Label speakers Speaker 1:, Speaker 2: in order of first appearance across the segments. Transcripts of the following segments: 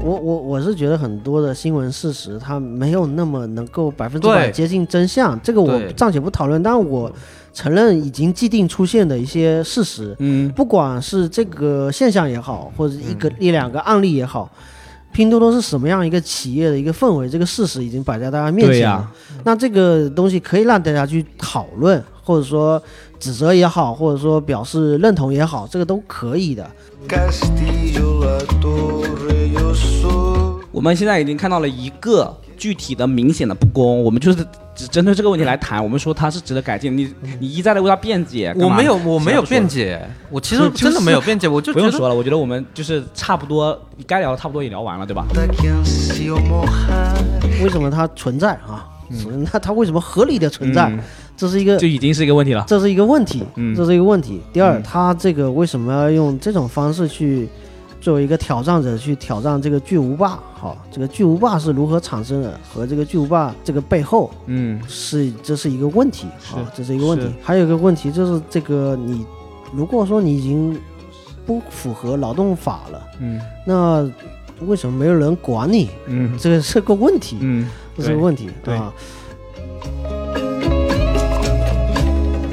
Speaker 1: 我我是觉得很多的新闻事实，它没有那么能够百分之百
Speaker 2: 对
Speaker 1: 接近真相，这个我
Speaker 2: 对
Speaker 1: 暂且不讨论。但我承认已经既定出现的一些事实，
Speaker 2: 嗯，
Speaker 1: 不管是这个现象也好，或者一个一两个案例也好，拼多多是什么样一个企业的一个氛围，这个事实已经摆在大家面
Speaker 2: 对
Speaker 1: 前
Speaker 2: 呀、
Speaker 1: 了。那这个东西可以让大家去讨论，或者说指责也好，或者说表示认同也好，这个都可以的。
Speaker 3: Castillo, la torre, yo soy.
Speaker 4: 我们现在已经看到了一个具体的、明显的不公，我们就是只针对这个问题来谈。我们说它是值得改进，你你一再的为它辩解。干
Speaker 2: 我
Speaker 4: 嘛
Speaker 2: 没有，我没有
Speaker 4: 其他
Speaker 2: 辩
Speaker 4: 不说了
Speaker 2: 解，我其
Speaker 4: 就
Speaker 2: 实
Speaker 4: 就是
Speaker 2: 真的没有辩解，我就
Speaker 4: 不
Speaker 2: 觉
Speaker 4: 用
Speaker 2: 得
Speaker 4: 说了，我觉得我们就是差不多，该聊的差不多也聊完了，对吧？
Speaker 3: Daqui ansio mojar.
Speaker 1: 为什么它存在啊？ 那它为什么合理的存在？
Speaker 4: 嗯
Speaker 1: 这是一个
Speaker 4: 就，已经是一个问题了。
Speaker 1: 这是一个问题，
Speaker 4: 嗯
Speaker 1: 这是一个问题。第二，它这个为什么要用这种方式去作为一个挑战者去挑战这个巨无霸？好，这个巨无霸是如何产生的？和这个巨无霸这个背后
Speaker 4: 嗯，
Speaker 1: 是这是一个问题啊，这是一个问题
Speaker 4: 是。
Speaker 1: 还有一个问题就是这个你，如果说你已经不符合劳动法了，
Speaker 4: 嗯
Speaker 1: 那为什么没有人管你？
Speaker 4: 嗯
Speaker 1: 这个 是个问题，
Speaker 4: 嗯，
Speaker 1: 这是个问题
Speaker 4: 对
Speaker 1: 啊。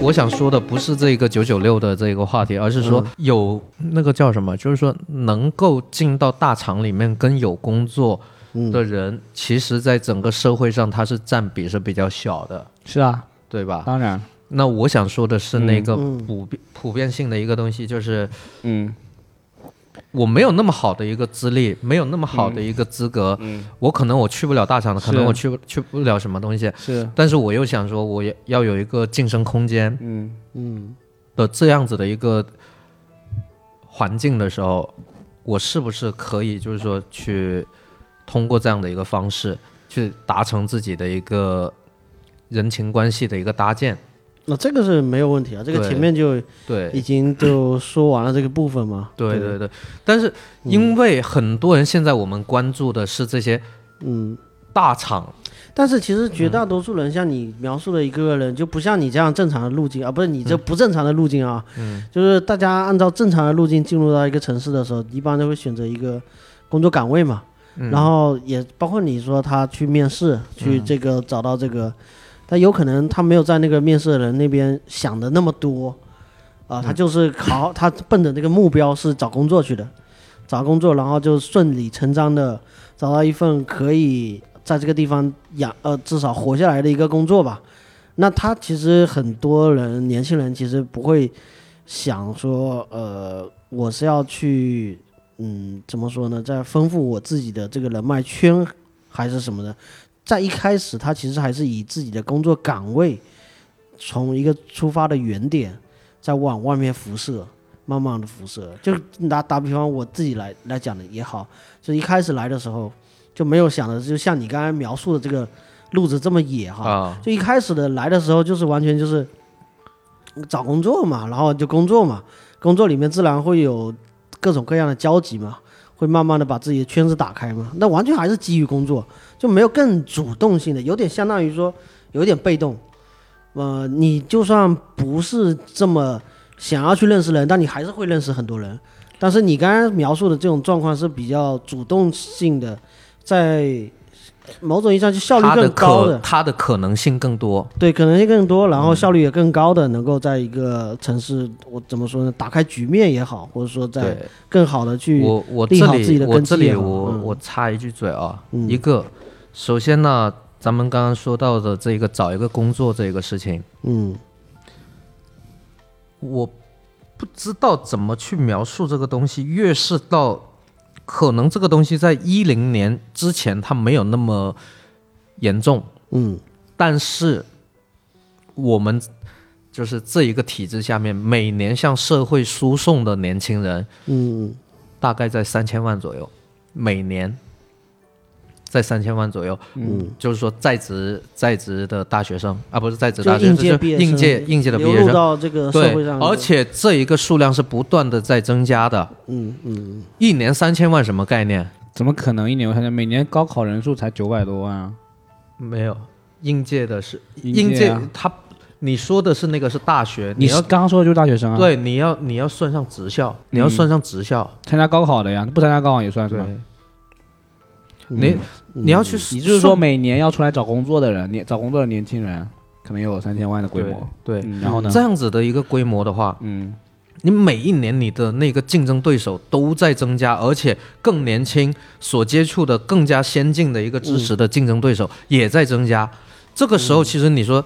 Speaker 2: 我想说的不是这个九九六的这个话题，而是说
Speaker 1: 嗯
Speaker 2: 有那个叫什么，就是说能够进到大厂里面跟有工作
Speaker 1: 嗯，
Speaker 2: 的人，其实在整个社会上他是占比是比较小的，
Speaker 4: 是啊，
Speaker 2: 对吧？
Speaker 4: 当然，
Speaker 2: 那我想说的是那个
Speaker 1: 嗯嗯
Speaker 2: 普遍普遍性的一个东西，就是
Speaker 4: 嗯
Speaker 2: 我没有那么好的一个资历，没有那么好的一个资格，
Speaker 4: 嗯，
Speaker 2: 我可能我去不了大厂的，可能
Speaker 4: 是
Speaker 2: 我去不去不了什么东西，
Speaker 4: 是，
Speaker 2: 但是我又想说，我也要有一个晋升空间，
Speaker 4: 嗯
Speaker 1: 嗯
Speaker 2: 的这样子的一个环境的时候，我是不是可以就是说去通过这样的一个方式去达成自己的一个人情关系的一个搭建？
Speaker 1: 那这个是没有问题啊，这个
Speaker 2: 对
Speaker 1: 前面就已
Speaker 2: 对，
Speaker 1: 经就说完了这个部分嘛。对，
Speaker 2: 对对对。但是因为很多人现在我们关注的是这些
Speaker 1: 嗯。
Speaker 2: 大厂，
Speaker 1: 但是其实绝大多数人像你描述的一个人，就不像你这样正常的路径啊，不是你这不正常的路径啊，就是大家按照正常的路径进入到一个城市的时候，一般都会选择一个工作岗位嘛，然后也包括你说他去面试，去这个找到这个，但有可能他没有在那个面试的人那边想的那么多，啊、他就是考他奔着这个目标是找工作去的，找工作，然后就顺理成章的找到一份可以在这个地方养呃至少活下来的一个工作吧。那他其实很多人年轻人其实不会想说，呃，我是要去，嗯，怎么说呢，在丰富我自己的这个人脉圈还是什么的。在一开始，他其实还是以自己的工作岗位，从一个出发的原点，再往外面辐射，慢慢的辐射。就拿打比方，我自己来来讲的也好，就一开始来的时候就没有想的，就像你刚才描述的这个路子这么野哈。
Speaker 2: 啊，
Speaker 1: 就一开始的来的时候，就是完全就是找工作嘛，然后就工作嘛，工作里面自然会有各种各样的交集嘛，会慢慢的把自己的圈子打开嘛。那完全还是基于工作，就没有更主动性的，有点相当于说有点被动。呃，你就算不是这么想要去认识人，但你还是会认识很多人。但是你刚刚描述的这种状况是比较主动性的，在某种意义上就效率
Speaker 2: 它
Speaker 1: 更高
Speaker 2: 可它的可能性更多。
Speaker 1: 对，可能性更多，然后
Speaker 4: 嗯
Speaker 1: 效率也更高的，能够在一个城市，我怎么说呢？打开局面也好，或者说在
Speaker 2: 对，
Speaker 1: 更好的去，
Speaker 2: 我我
Speaker 1: 立
Speaker 2: 这
Speaker 1: 好自己
Speaker 2: 里
Speaker 1: 的
Speaker 2: 我
Speaker 1: 根
Speaker 2: 这
Speaker 1: 基
Speaker 2: 里
Speaker 1: 也好
Speaker 2: 我、
Speaker 1: 嗯
Speaker 2: 我插一句嘴啊，
Speaker 1: 嗯
Speaker 2: 一个首先呢，咱们刚刚说到的这个找一个工作这个事情，
Speaker 1: 嗯
Speaker 2: 我不知道怎么去描述这个东西，越是到可能这个东西在一零年之前它没有那么严重，
Speaker 1: 嗯
Speaker 2: 但是我们就是这一个体制下面，每年向社会输送的年轻人，
Speaker 1: 嗯
Speaker 2: 大概在三千万左右，每年在三千万左右。
Speaker 1: 嗯，
Speaker 2: 就是说在职在职的大学生啊，不是在职
Speaker 1: 就
Speaker 2: 大学
Speaker 1: 应
Speaker 2: 生，
Speaker 1: 届
Speaker 2: 就
Speaker 1: 毕业
Speaker 2: 是
Speaker 1: 生
Speaker 2: 应届应届的毕
Speaker 1: 流
Speaker 2: 业
Speaker 1: 入
Speaker 2: 生。
Speaker 1: 到这个社会
Speaker 2: 对，
Speaker 1: 上，
Speaker 2: 而且这一个数量是不断的在增加的，
Speaker 1: 嗯嗯，
Speaker 2: 一年三千万什么概念？
Speaker 4: 怎么可能一年？我想想，每年高考人数才九百多万啊，
Speaker 2: 没有，应届的是
Speaker 4: 应
Speaker 2: 应
Speaker 4: 届
Speaker 2: 届
Speaker 4: 啊，
Speaker 2: 他你说的是那个是大学，
Speaker 4: 你
Speaker 2: 要
Speaker 4: 是刚刚说的就是大学生啊？，嗯
Speaker 2: 对你要你要算上职校，你要算上职校，
Speaker 4: 参加高考的呀，不参加高考也算是吧？
Speaker 2: 你你要去，
Speaker 4: 嗯你就是说每年要出来找工作的人，年找工作的年轻人，可能有三千万的规模。
Speaker 2: 对，
Speaker 4: 嗯，然后呢？
Speaker 2: 这样子的一个规模的话，
Speaker 4: 嗯，
Speaker 2: 你每一年你的那个竞争对手都在增加，而且更年轻，所接触的更加先进的一个知识的竞争对手
Speaker 4: 嗯
Speaker 2: 也在增加。这个时候，其实你说，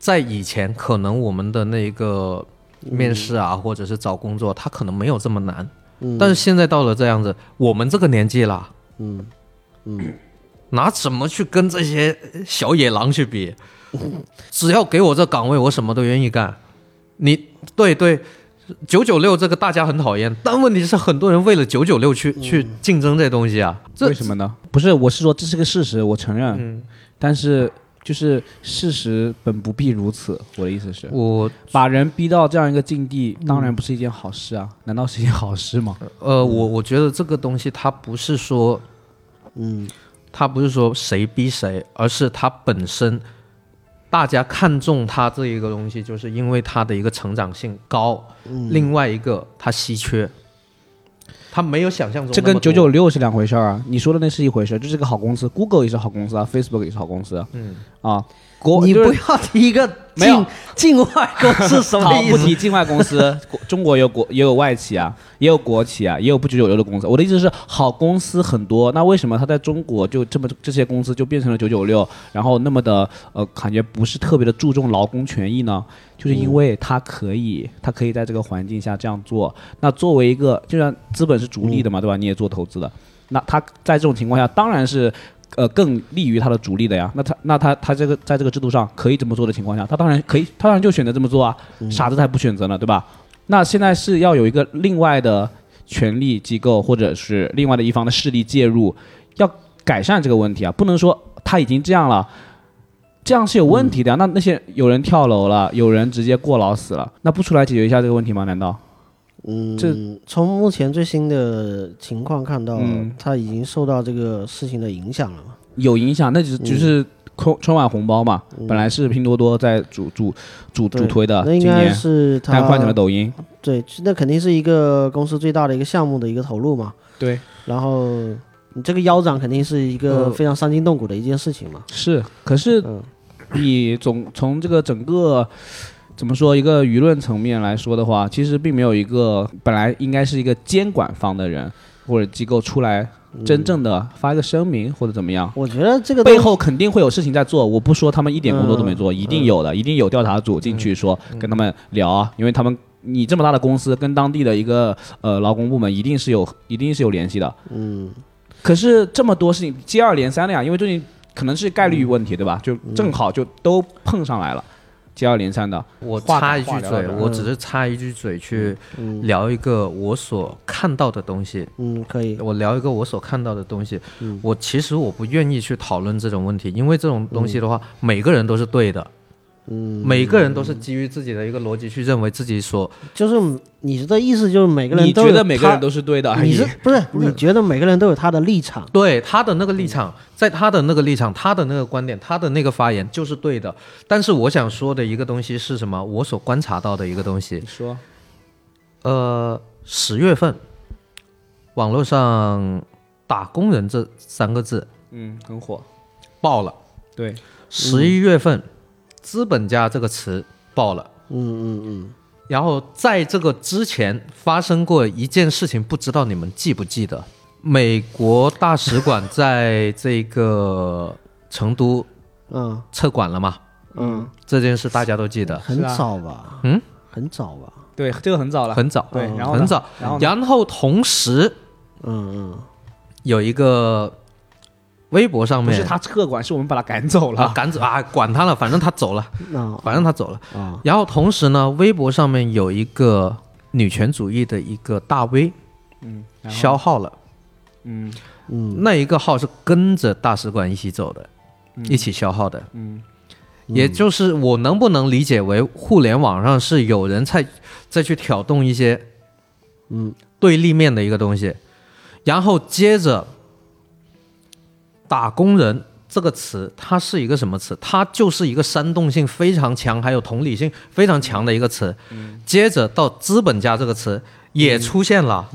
Speaker 2: 在以前可能我们的那个面试啊，
Speaker 4: 嗯
Speaker 2: 或者是找工作，它可能没有这么难，
Speaker 1: 嗯
Speaker 2: 但是现在到了这样子，我们这个年纪了，
Speaker 1: 嗯
Speaker 2: 拿什么去跟这些小野狼去比？只要给我这岗位，我什么都愿意干。你对对，九九六这个大家很讨厌，但问题是很多人为了九九六去、去竞争这东西啊。这
Speaker 4: 为什么呢？嗯不是，我是说这是个事实，我承认。但是就是事实本不必如此，我的意思是，
Speaker 2: 我
Speaker 4: 把人逼到这样一个境地，当然不是一件好事啊。难道是一件好事吗？
Speaker 2: 呃，我我觉得这个东西它不是说，
Speaker 1: 嗯
Speaker 2: 它不是说谁逼谁，而是它本身大家看重它这一个东西，就是因为它的一个成长性高，另外一个它稀缺，它没有想象中
Speaker 4: 这
Speaker 2: 那
Speaker 4: 跟
Speaker 2: 么
Speaker 4: 九
Speaker 2: 多
Speaker 4: 九六是两回事儿啊。你说的那是一回事儿，这是个好公司，Google 也是好公司啊，Facebook 也是好公司。嗯啊，国
Speaker 1: 你
Speaker 4: 就
Speaker 1: 不
Speaker 4: 是
Speaker 1: 要提一个
Speaker 4: 没有
Speaker 1: 境境外公司什么
Speaker 4: 好，
Speaker 1: 意
Speaker 4: 不
Speaker 1: 思？
Speaker 4: 提境外公司，国中国也有国也有外企啊，也有国企啊，也有不九九六的公司。我的意思是，好公司很多，那为什么它在中国就这么这些公司就变成了九九六，然后那么的呃，感觉不是特别的注重劳工权益呢？就是因为它可以，它可以在这个环境下这样做。那作为一个，就像资本是逐
Speaker 1: 嗯
Speaker 4: 利的嘛，对吧？你也做投资的，那它在这种情况下，当然是。呃，更利于它的逐利的呀。那它那它它这个在这个制度上可以这么做的情况下，它当然可以，它当然就选择这么做啊。傻子才不选择呢，对吧？那现在是要有一个另外的权力机构或者是另外的一方的势力介入，要改善这个问题啊，不能说他已经这样了。这样是有问题的、啊，那那些有人跳楼了，有人直接过劳死了，那不出来解决一下这个问题吗？难道？
Speaker 1: 嗯，
Speaker 4: 这
Speaker 1: 从目前最新的情况看到
Speaker 4: 嗯，
Speaker 1: 他已经受到这个事情的影响了嘛？
Speaker 4: 有影响，那就
Speaker 1: 嗯
Speaker 4: 就是春春晚红包嘛，本来是拼多多在主主主
Speaker 1: 对
Speaker 4: 主推的，
Speaker 1: 那应
Speaker 4: 今
Speaker 1: 该
Speaker 4: 年
Speaker 1: 是他
Speaker 4: 但换成了抖音。
Speaker 1: 对，那肯定是一个公司最大的一个项目的一个投入嘛。
Speaker 4: 对，
Speaker 1: 然后你这个腰斩肯定是一个
Speaker 2: 呃
Speaker 1: 非常伤筋动骨的一件事情嘛。
Speaker 4: 是，可是
Speaker 1: 嗯
Speaker 4: 你总从这个整个怎么说一个舆论层面来说的话，其实并没有一个本来应该是一个监管方的人或者机构出来
Speaker 1: 嗯
Speaker 4: 真正的发一个声明或者怎么样。
Speaker 1: 我觉得这个东
Speaker 4: 背
Speaker 1: 西
Speaker 4: 后肯定会有事情在做，我不说他们一点工作
Speaker 1: 嗯
Speaker 4: 都没做，一定有的，一定有调查组进去说、跟他们聊啊，因为他们你这么大的公司跟当地的一个呃劳工部门一定是有一定是有联系的，
Speaker 1: 嗯
Speaker 4: 可是这么多事情接二连三的呀，因为最近可能是概率问题，对吧？就
Speaker 1: 嗯
Speaker 4: 正好就都碰上来了，接二连三的。嗯
Speaker 2: 我
Speaker 4: 话
Speaker 2: 插
Speaker 4: 筒
Speaker 2: 一句
Speaker 4: 话聊到
Speaker 2: 嘴，
Speaker 4: 这儿
Speaker 2: 我只是插一句嘴去聊一个我所看到的东西。
Speaker 1: 嗯可以，
Speaker 2: 我聊一个我所看到的东西。我其实我不愿意去讨论这种问题，因为这种东西的话，每个人都是对的。
Speaker 1: 嗯，
Speaker 2: 每个人都是基于自己的一个逻辑去认为自己所
Speaker 1: 就是你的意思就是每个人
Speaker 4: 你
Speaker 1: 都
Speaker 4: 觉
Speaker 1: 有
Speaker 4: 得每个
Speaker 1: 他
Speaker 4: 人都是对的而哎
Speaker 1: 你
Speaker 4: 已
Speaker 1: 是，不是你觉得每个人都有他的立场？
Speaker 2: 对他的那个立场，在他的那个立场，他的那个观点，他的那个发言就是对的。但是我想说的一个东西是什么？我所观察到的一个东西
Speaker 4: 你，说
Speaker 2: 呃，十月份，网络上“打工人”这三个字
Speaker 4: 嗯很火，
Speaker 2: 爆了。
Speaker 4: 对，
Speaker 2: 十一月份，“资本家”这个词爆了。
Speaker 1: 嗯嗯
Speaker 2: 然后在这个之前发生过一件事情，不知道你们记不记得？美国大使馆在这个成都
Speaker 1: 嗯
Speaker 2: 撤馆了嘛？
Speaker 1: 嗯
Speaker 2: 这件事大家都记
Speaker 1: 嗯，
Speaker 2: 得，
Speaker 1: 很
Speaker 4: 是啊
Speaker 1: 早吧？
Speaker 2: 嗯，
Speaker 1: 很早吧？
Speaker 4: 对，这个很早了，
Speaker 2: 很早，嗯
Speaker 4: 对，然后呢
Speaker 2: 很早
Speaker 4: 然后。呢
Speaker 2: 然后同时
Speaker 1: 嗯嗯
Speaker 2: 有一个微博上
Speaker 4: 不
Speaker 2: 面
Speaker 4: 是他撤馆，是我们把他赶走
Speaker 2: 啊
Speaker 4: 了。
Speaker 2: 赶走啊，管他了，反正他走了，，
Speaker 1: 那
Speaker 2: 反正他走了。
Speaker 1: 啊
Speaker 2: 然后同时呢，微博上面有一个女权主义的一个大 V
Speaker 4: 嗯，然后
Speaker 2: 消号了。
Speaker 4: 嗯
Speaker 1: 嗯
Speaker 2: 那一个号是跟着大使馆一起走的，一起消耗的。
Speaker 4: 嗯，
Speaker 2: 也就是我能不能理解为互联网上是有人在再去挑动一些
Speaker 1: 嗯
Speaker 2: 对立面的一个东西，然后接着打工人这个词，它是一个什么词？它就是一个煽动性非常强，还有同理性非常强的一个词。
Speaker 4: 嗯
Speaker 2: 接着到资本家这个词也出现
Speaker 4: 嗯
Speaker 2: 了。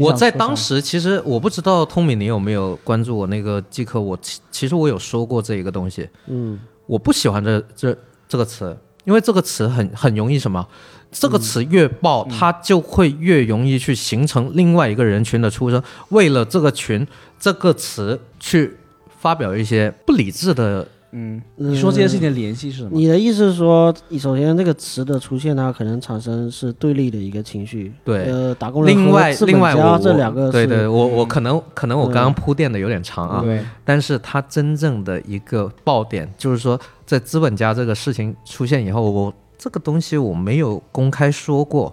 Speaker 2: 我在当时其实我不知道通敏你有没有关注我那个季课，我其其实我有说过这一个东西。嗯，我不喜欢这这这个词，因为这个词很很容易什么？这个词越爆，
Speaker 1: 嗯
Speaker 2: 它就会越容易去形成另外一个人群的出生。为了这个群这个词去发表一些不理智的，
Speaker 4: 嗯，你说这件事情的联系是什么？
Speaker 1: 你的意思是说，首先这个词的出现，它可能产生是对立的一个情绪。
Speaker 2: 对
Speaker 1: 呃，打工人
Speaker 2: 另外
Speaker 1: 和资本
Speaker 2: 另外
Speaker 1: 家
Speaker 2: 我
Speaker 1: 这两个
Speaker 2: 我
Speaker 1: 是嗯
Speaker 2: 对对，我我可能可能我刚刚铺垫的有点长啊，
Speaker 4: 对，
Speaker 2: 但是它真正的一个爆点就是说，在资本家这个事情出现以后，我这个东西我没有公开说过，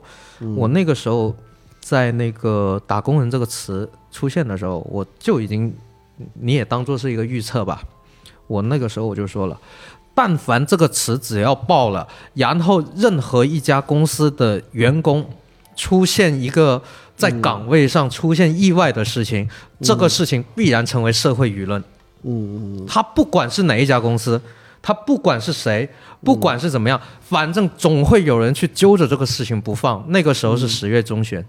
Speaker 2: 我那个时候在那个“打工人”这个词出现的时候，我就已经你也当做是一个预测吧，我那个时候我就说了。但凡这个词只要爆了，然后任何一家公司的员工出现一个在岗位上出现意外的事情，这个事情必然成为社会舆论。嗯嗯，他不管是哪一家公司，他不管是谁，不管是怎么样，反正总会有人去揪着这个事情不放。那个时候是十月中旬，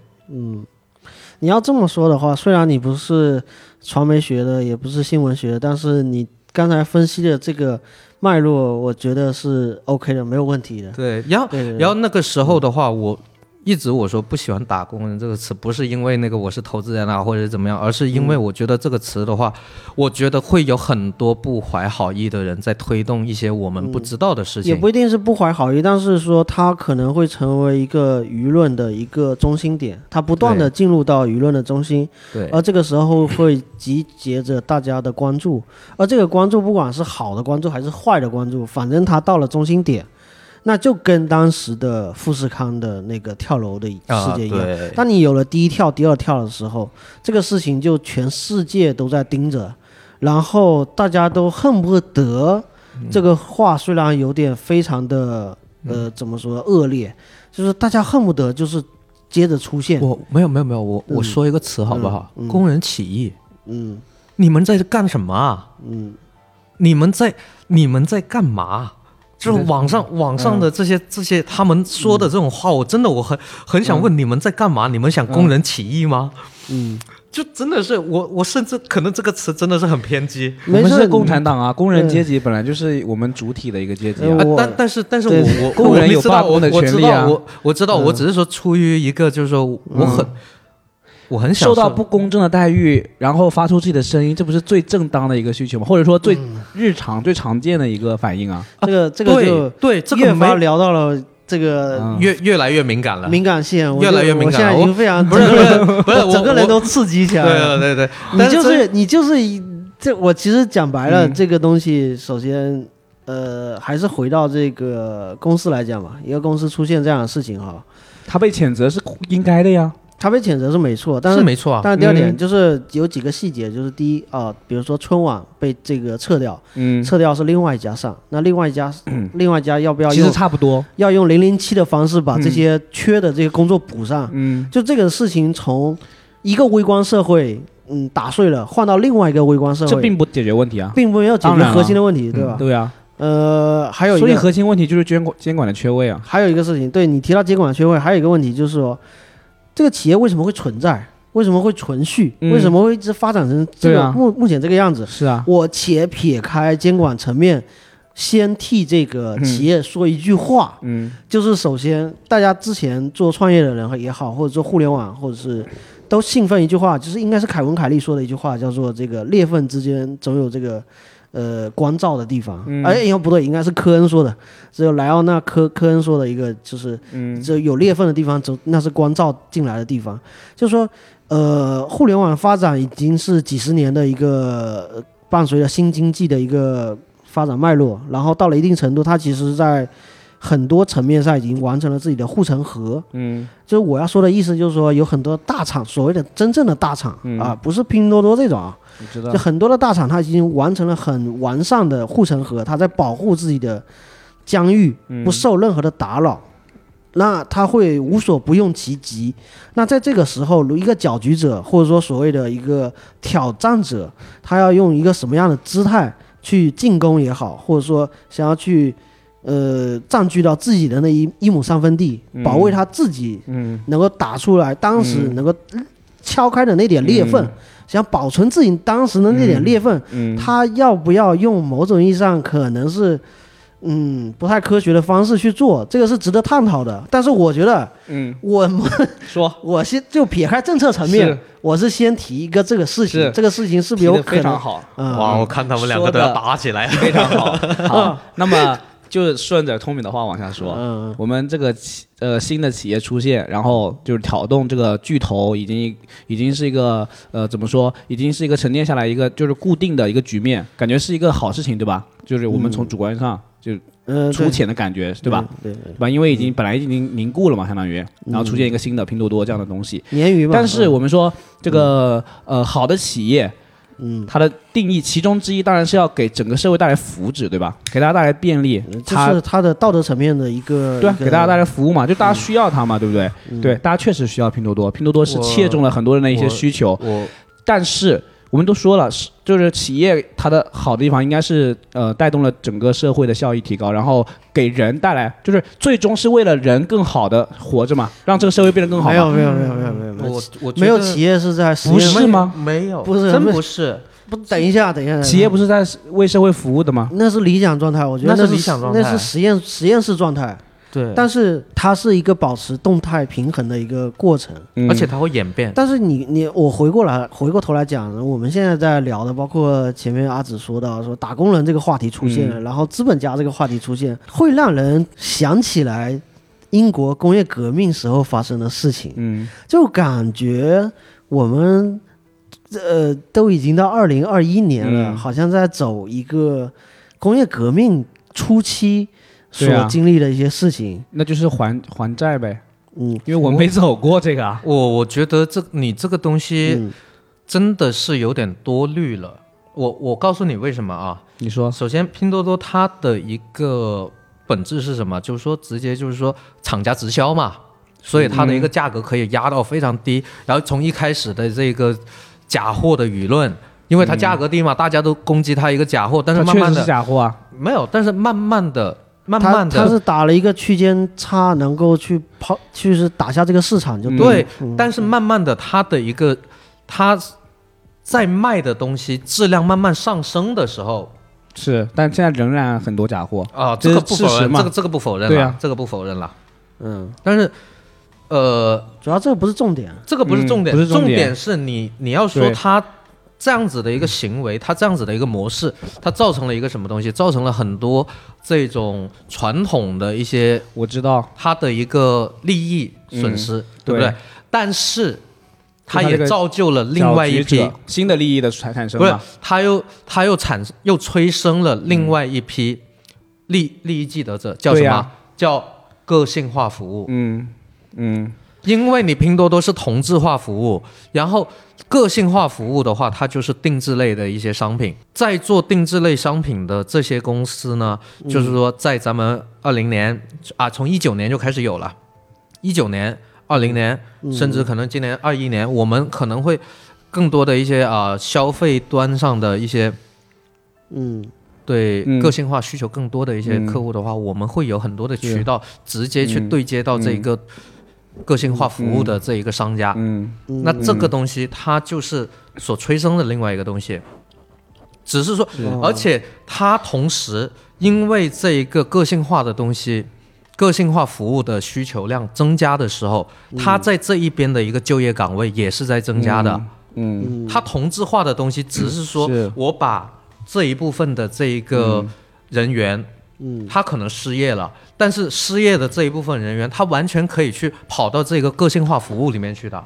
Speaker 1: 你要这么说的话，虽然你不是传媒学的，也不是新闻学的，但是你刚才分析的这个脉络，我觉得是 OK 的，没有问题的。
Speaker 2: 对，然后
Speaker 1: 对对对
Speaker 2: 然后那个时候的话，我一直我说不喜欢“打工人”这个词，不是因为那个我是投资人啊，或者是怎么样，而是因为我觉得这个词的话，我觉得会有很多不怀好意的人在推动一些我们不知道的事情。
Speaker 1: 也不一定是不怀好意，但是说它可能会成为一个舆论的一个中心点，它不断的
Speaker 2: 对
Speaker 1: 进入到舆论的中心，
Speaker 2: 对，
Speaker 1: 而这个时候会集结着大家的关注，而这个关注不管是好的关注还是坏的关注，反正它到了中心点，那就跟当时的富士康的那个跳楼的事
Speaker 2: 啊，
Speaker 1: 件一样。
Speaker 2: 对，
Speaker 1: 当你有了第一跳、第二跳的时候，这个事情就全世界都在盯着，然后大家都恨不得。这个话虽然有点非常的
Speaker 4: 嗯
Speaker 1: 呃，怎么说恶劣，就是大家恨不得就是接着出现。
Speaker 2: 我没有没有没有，我
Speaker 4: 嗯
Speaker 2: 我说一个词好不好？工人起义，
Speaker 1: 嗯
Speaker 2: 你们在干什么啊？
Speaker 1: 嗯，
Speaker 2: 你们在你们在干嘛？就是网上
Speaker 4: 嗯
Speaker 2: 网上的这些、这些他们说的这种话，我真的我很很
Speaker 4: 嗯
Speaker 2: 想问你们在干嘛？你们想工人起义吗？
Speaker 1: 嗯，
Speaker 2: 就真的是我我甚至可能这个词真的是很偏激。
Speaker 1: 没
Speaker 4: 我们
Speaker 1: 事
Speaker 4: 是，共产党啊，工人阶级本来就是我们主体的一个阶级
Speaker 1: 呃
Speaker 4: 啊。
Speaker 2: 啊
Speaker 1: 我，
Speaker 2: 但但是但是我
Speaker 1: 对
Speaker 2: 我
Speaker 4: 工人
Speaker 2: 我
Speaker 4: 有
Speaker 2: 知道
Speaker 4: 罢工的
Speaker 2: 我我知
Speaker 4: 权利啊
Speaker 2: 道我我知道，我只是说出于一个就是说我很、我很想
Speaker 4: 嗯受到
Speaker 2: 说
Speaker 4: 不公正的待遇，然后发出自己的声音，这不是最正当的一个需求吗？或者说最
Speaker 1: 嗯
Speaker 4: 日常、最常见的一个反应啊？
Speaker 1: 这个这个就
Speaker 2: 对对这
Speaker 1: 越
Speaker 2: 个没
Speaker 1: 发聊到了这个
Speaker 4: 嗯
Speaker 2: 越越来越敏感了。
Speaker 1: 敏感线，我就
Speaker 2: 越来越敏感
Speaker 1: 我现在已经非常
Speaker 2: 不是不是不是，
Speaker 1: 我 整个人都刺激起
Speaker 2: 对
Speaker 1: 来了。
Speaker 2: 对对对，
Speaker 1: 你
Speaker 2: 但
Speaker 1: 就是你就是一这，我其实讲白了，
Speaker 4: 嗯
Speaker 1: 这个东西首先。呃，还是回到这个公司来讲吧。一个公司出现这样的事情哈，
Speaker 4: 他被谴责是应该的呀。
Speaker 1: 他被谴责是没错，但
Speaker 2: 是
Speaker 1: 是
Speaker 2: 没错啊，
Speaker 1: 但是第二点
Speaker 4: 嗯
Speaker 1: 就是有几个细节，就是第一啊，比如说春晚被这个撤掉，
Speaker 4: 嗯，
Speaker 1: 撤掉是另外一家上，那另外一家
Speaker 2: 嗯
Speaker 1: 另外一家要不要
Speaker 4: 其实
Speaker 1: 用
Speaker 4: 差不多。
Speaker 1: 要用零零七的方式把这些缺的这些工作补上？
Speaker 4: 嗯，
Speaker 1: 就这个事情从一个微观社会嗯打碎了，换到另外一个微观社
Speaker 4: 这
Speaker 1: 会，
Speaker 4: 并不解决问题啊。
Speaker 1: 并没有解
Speaker 4: 当
Speaker 1: 决
Speaker 4: 然了
Speaker 1: 核心的问题，对吧？
Speaker 4: 对啊，
Speaker 1: 呃，还有一
Speaker 4: 所以
Speaker 1: 个
Speaker 4: 核心问题就是监管监管的缺位啊。
Speaker 1: 还有一个事情，对你提到监管学会，还有一个问题就是说，这个企业为什么会存在？为什么会存续？
Speaker 4: 嗯
Speaker 1: 为什么会一直发展成这
Speaker 4: 对
Speaker 1: 个
Speaker 4: 啊
Speaker 1: 目、目前这个样子？
Speaker 4: 是啊，
Speaker 1: 我且撇开监管层面，先替这个企业说一句话，
Speaker 4: 嗯，
Speaker 1: 就是首先大家之前做创业的人也好，或者做互联网，或者是都兴奋一句话，就是应该是凯文凯利说的一句话，叫做这个裂缝之间总有这个。呃，光照的地方，
Speaker 4: 嗯
Speaker 1: 哎，应该不对，应该是科恩说的，只有莱奥纳科科恩说的一个，就是，这有裂缝的地方，总那是光照进来的地方。就是说，呃，互联网发展已经是几十年的一个呃伴随着新经济的一个发展脉络，然后到了一定程度，它其实在很多层面上已经完成了自己的护城河。
Speaker 4: 嗯，
Speaker 1: 就是我要说的意思，就是说有很多大厂，所谓的真正的大厂、
Speaker 4: 嗯
Speaker 1: 啊，不是拼多多这种啊，
Speaker 4: 你知道
Speaker 1: 就。很多的大厂它已经完成了很完善的护城河，它在保护自己的疆域
Speaker 4: 嗯
Speaker 1: 不受任何的打扰。那它会无所不用其极。那在这个时候，如一个搅局者或者说所谓的一个挑战者，他要用一个什么样的姿态去进攻也好，或者说想要去呃占据到自己的那一一亩三分地，保卫他自己
Speaker 4: 嗯
Speaker 1: 能够打出来，当时能够敲开的那点裂缝，
Speaker 4: 嗯
Speaker 1: 想保存自己当时的那点裂缝，
Speaker 4: 嗯，
Speaker 1: 他要不要用某种意义上可能是，嗯，不太科学的方式去做，这个是值得探讨的。但是我觉得，
Speaker 4: 嗯，
Speaker 1: 我
Speaker 4: 说
Speaker 1: 我先就撇开政策层面，
Speaker 4: 是
Speaker 1: 我是先提一个这个事情
Speaker 4: 是，
Speaker 1: 这个事情是不
Speaker 4: 提
Speaker 1: 是有
Speaker 4: 的
Speaker 1: 可
Speaker 4: 非
Speaker 1: 能
Speaker 4: 常？好，
Speaker 1: 嗯
Speaker 2: 哇，我看他们两个
Speaker 4: 说
Speaker 2: 都
Speaker 4: 的
Speaker 2: 要打起来。
Speaker 4: 非常好。 好，那么就顺着通敏的话往下说，
Speaker 1: 嗯
Speaker 4: 我们这个企呃新的企业出现，然后就是挑动这个巨头，已经已经是一个呃怎么说，已经是一个沉淀下来一个就是固定的一个局面，感觉是一个好事情，对吧？就是我们从主观上就
Speaker 1: 嗯，
Speaker 4: 粗
Speaker 1: 对
Speaker 4: 浅的感觉，对吧？？
Speaker 1: 对对，
Speaker 4: 对吧？因为已经本来已经凝固了嘛，相当于，
Speaker 1: 嗯
Speaker 4: 然后出现一个新的拼多多这样的东西。
Speaker 1: 鲶鱼嘛。
Speaker 4: 但是
Speaker 1: 嗯
Speaker 4: 我们说这个呃好的企业，嗯，它的定义其中之一当然是要给整个社会带来福祉，对吧？给大家带来便利，
Speaker 1: 嗯这
Speaker 4: 它
Speaker 1: 是他的道德层面的一
Speaker 2: 呃
Speaker 1: 个，
Speaker 4: 对啊
Speaker 1: 一，个
Speaker 4: 给大家带来服务嘛，就大家
Speaker 2: 嗯
Speaker 4: 需要它嘛，对不对？对，大家确实需要拼多多，拼多多是
Speaker 2: 我
Speaker 4: 切中了很多人的一些
Speaker 2: 我
Speaker 4: 需求，
Speaker 2: 我
Speaker 4: 但是。我们都说了，是就是企业它的好的地方应该是呃带动了整个社会的效益提高，然后给人带来就是最终是为了人更好的活着嘛，让这个社会变得更好
Speaker 1: 没有
Speaker 4: 嘛。嗯
Speaker 1: 没有没有没有没有没有
Speaker 2: 我我觉
Speaker 1: 没有
Speaker 2: 得
Speaker 1: 企业是在实
Speaker 4: 不
Speaker 1: 验
Speaker 4: 是吗
Speaker 2: 没有，
Speaker 1: 不是
Speaker 2: 真
Speaker 1: 不是
Speaker 2: 不是。
Speaker 1: 不等一下等一下，
Speaker 4: 企业不是在为社会服务的吗？
Speaker 1: 那是理想状态，我觉得
Speaker 2: 那是
Speaker 1: 是
Speaker 2: 理想状态
Speaker 1: 那是实验实验室状态，
Speaker 2: 对，
Speaker 1: 但是它是一个保持动态平衡的一个过程。
Speaker 4: 嗯
Speaker 2: 而且它会演变。
Speaker 1: 但是你你我回过来回过头来讲，我们现在在聊的，包括前面阿紫说到说打工人这个话题出现
Speaker 2: 嗯
Speaker 1: 了，然后资本家这个话题出现，会让人想起来英国工业革命时候发生的事情，
Speaker 4: 嗯
Speaker 1: 就感觉我们呃都已经到二零二一年了，
Speaker 4: 嗯
Speaker 1: 好像在走一个工业革命初期所
Speaker 4: 对啊
Speaker 1: 经历的一些事情，，
Speaker 4: 那就是还还债呗，
Speaker 1: 嗯
Speaker 4: 因为我没走过这个啊。
Speaker 2: 我我觉得这你这个东西
Speaker 1: 嗯
Speaker 2: 真的是有点多虑了。我我告诉你为什么啊？
Speaker 4: 你说，
Speaker 2: 首先，拼多多它的一个本质是什么？就是说，直接就是说厂家直销嘛，所以它的一
Speaker 4: 嗯
Speaker 2: 个价格可以压到非常低。然后从一开始的这个假货的舆论，因为它价格低嘛，大家都攻击它一个假货，但是
Speaker 4: 嗯
Speaker 2: 慢
Speaker 4: 它确
Speaker 2: 慢
Speaker 4: 实是
Speaker 2: 的
Speaker 4: 假货啊，
Speaker 2: 没有，但是慢慢的。慢
Speaker 1: 他
Speaker 2: 慢的，
Speaker 1: 他是打了一个区间差，能够去抛，就是打下这个市场就了
Speaker 2: 对，
Speaker 1: 嗯
Speaker 2: 但是慢慢的，它的一个它在卖的东西质量慢慢上升的时候
Speaker 4: 是，但现在仍然很多假货。
Speaker 2: 啊，
Speaker 4: 这
Speaker 2: 这
Speaker 4: 是
Speaker 2: 个不否
Speaker 4: 事实
Speaker 2: 认，
Speaker 4: 嘛
Speaker 2: 这个这个不否认
Speaker 4: 对
Speaker 2: 了，
Speaker 4: 啊
Speaker 2: 这个不否认了。
Speaker 1: 嗯，
Speaker 2: 但是，呃，
Speaker 1: 主要这个不是重点，
Speaker 2: 这个不是
Speaker 4: 嗯
Speaker 2: 重点，
Speaker 4: 不是重
Speaker 2: 重
Speaker 4: 点
Speaker 2: 是你你要说
Speaker 4: 对
Speaker 2: 它这样子的一个行为，它这样子的一个模式，它造成了一个什么东西？造成了很多这种传统的一些
Speaker 4: 我知道，
Speaker 2: 它的一个利益损失，对不
Speaker 4: 嗯对
Speaker 2: 对？但是它
Speaker 4: 它这
Speaker 2: 也
Speaker 4: 个
Speaker 2: 造就了另外一
Speaker 4: 搅
Speaker 2: 批
Speaker 4: 局者新的利益的产产生
Speaker 2: 不是
Speaker 4: 嘛？，
Speaker 2: 他又他又产又催生了另外一批利利益既得者，叫什
Speaker 4: 嗯对
Speaker 2: 么？
Speaker 4: 呀
Speaker 2: 叫个性化服务。
Speaker 4: 嗯嗯，
Speaker 2: 因为你拼多多是同质化服务，然后个性化服务的话，它就是定制类的一些商品。在做定制类商品的这些公司呢，就是说在咱们二零年啊，从一九年就开始有了，一九年、二零年，甚至可能今年二一年，我们可能会更多的一些啊、消费端上的一些
Speaker 1: 嗯，
Speaker 2: 对
Speaker 4: 嗯
Speaker 2: 个性化需求更多的一些客户的话，我们会有很多的渠道直接去对接到这一个个性化服务的这一个商家。
Speaker 4: 嗯，
Speaker 2: 那这个东西它就是所催生的另外一个东西，只是说，
Speaker 4: 哦
Speaker 2: 而且它同时因为这一个个性化的东西。个性化服务的需求量增加的时候，它在这一边的一个就业岗位也是在增加的。
Speaker 4: 嗯，
Speaker 2: 它同质化的东西，只是说
Speaker 4: 是
Speaker 2: 我把这一部分的这一个人员，嗯，他可能失业了，但是失业的这一部分人员，他完全可以去跑到这个个性化服务里面去的，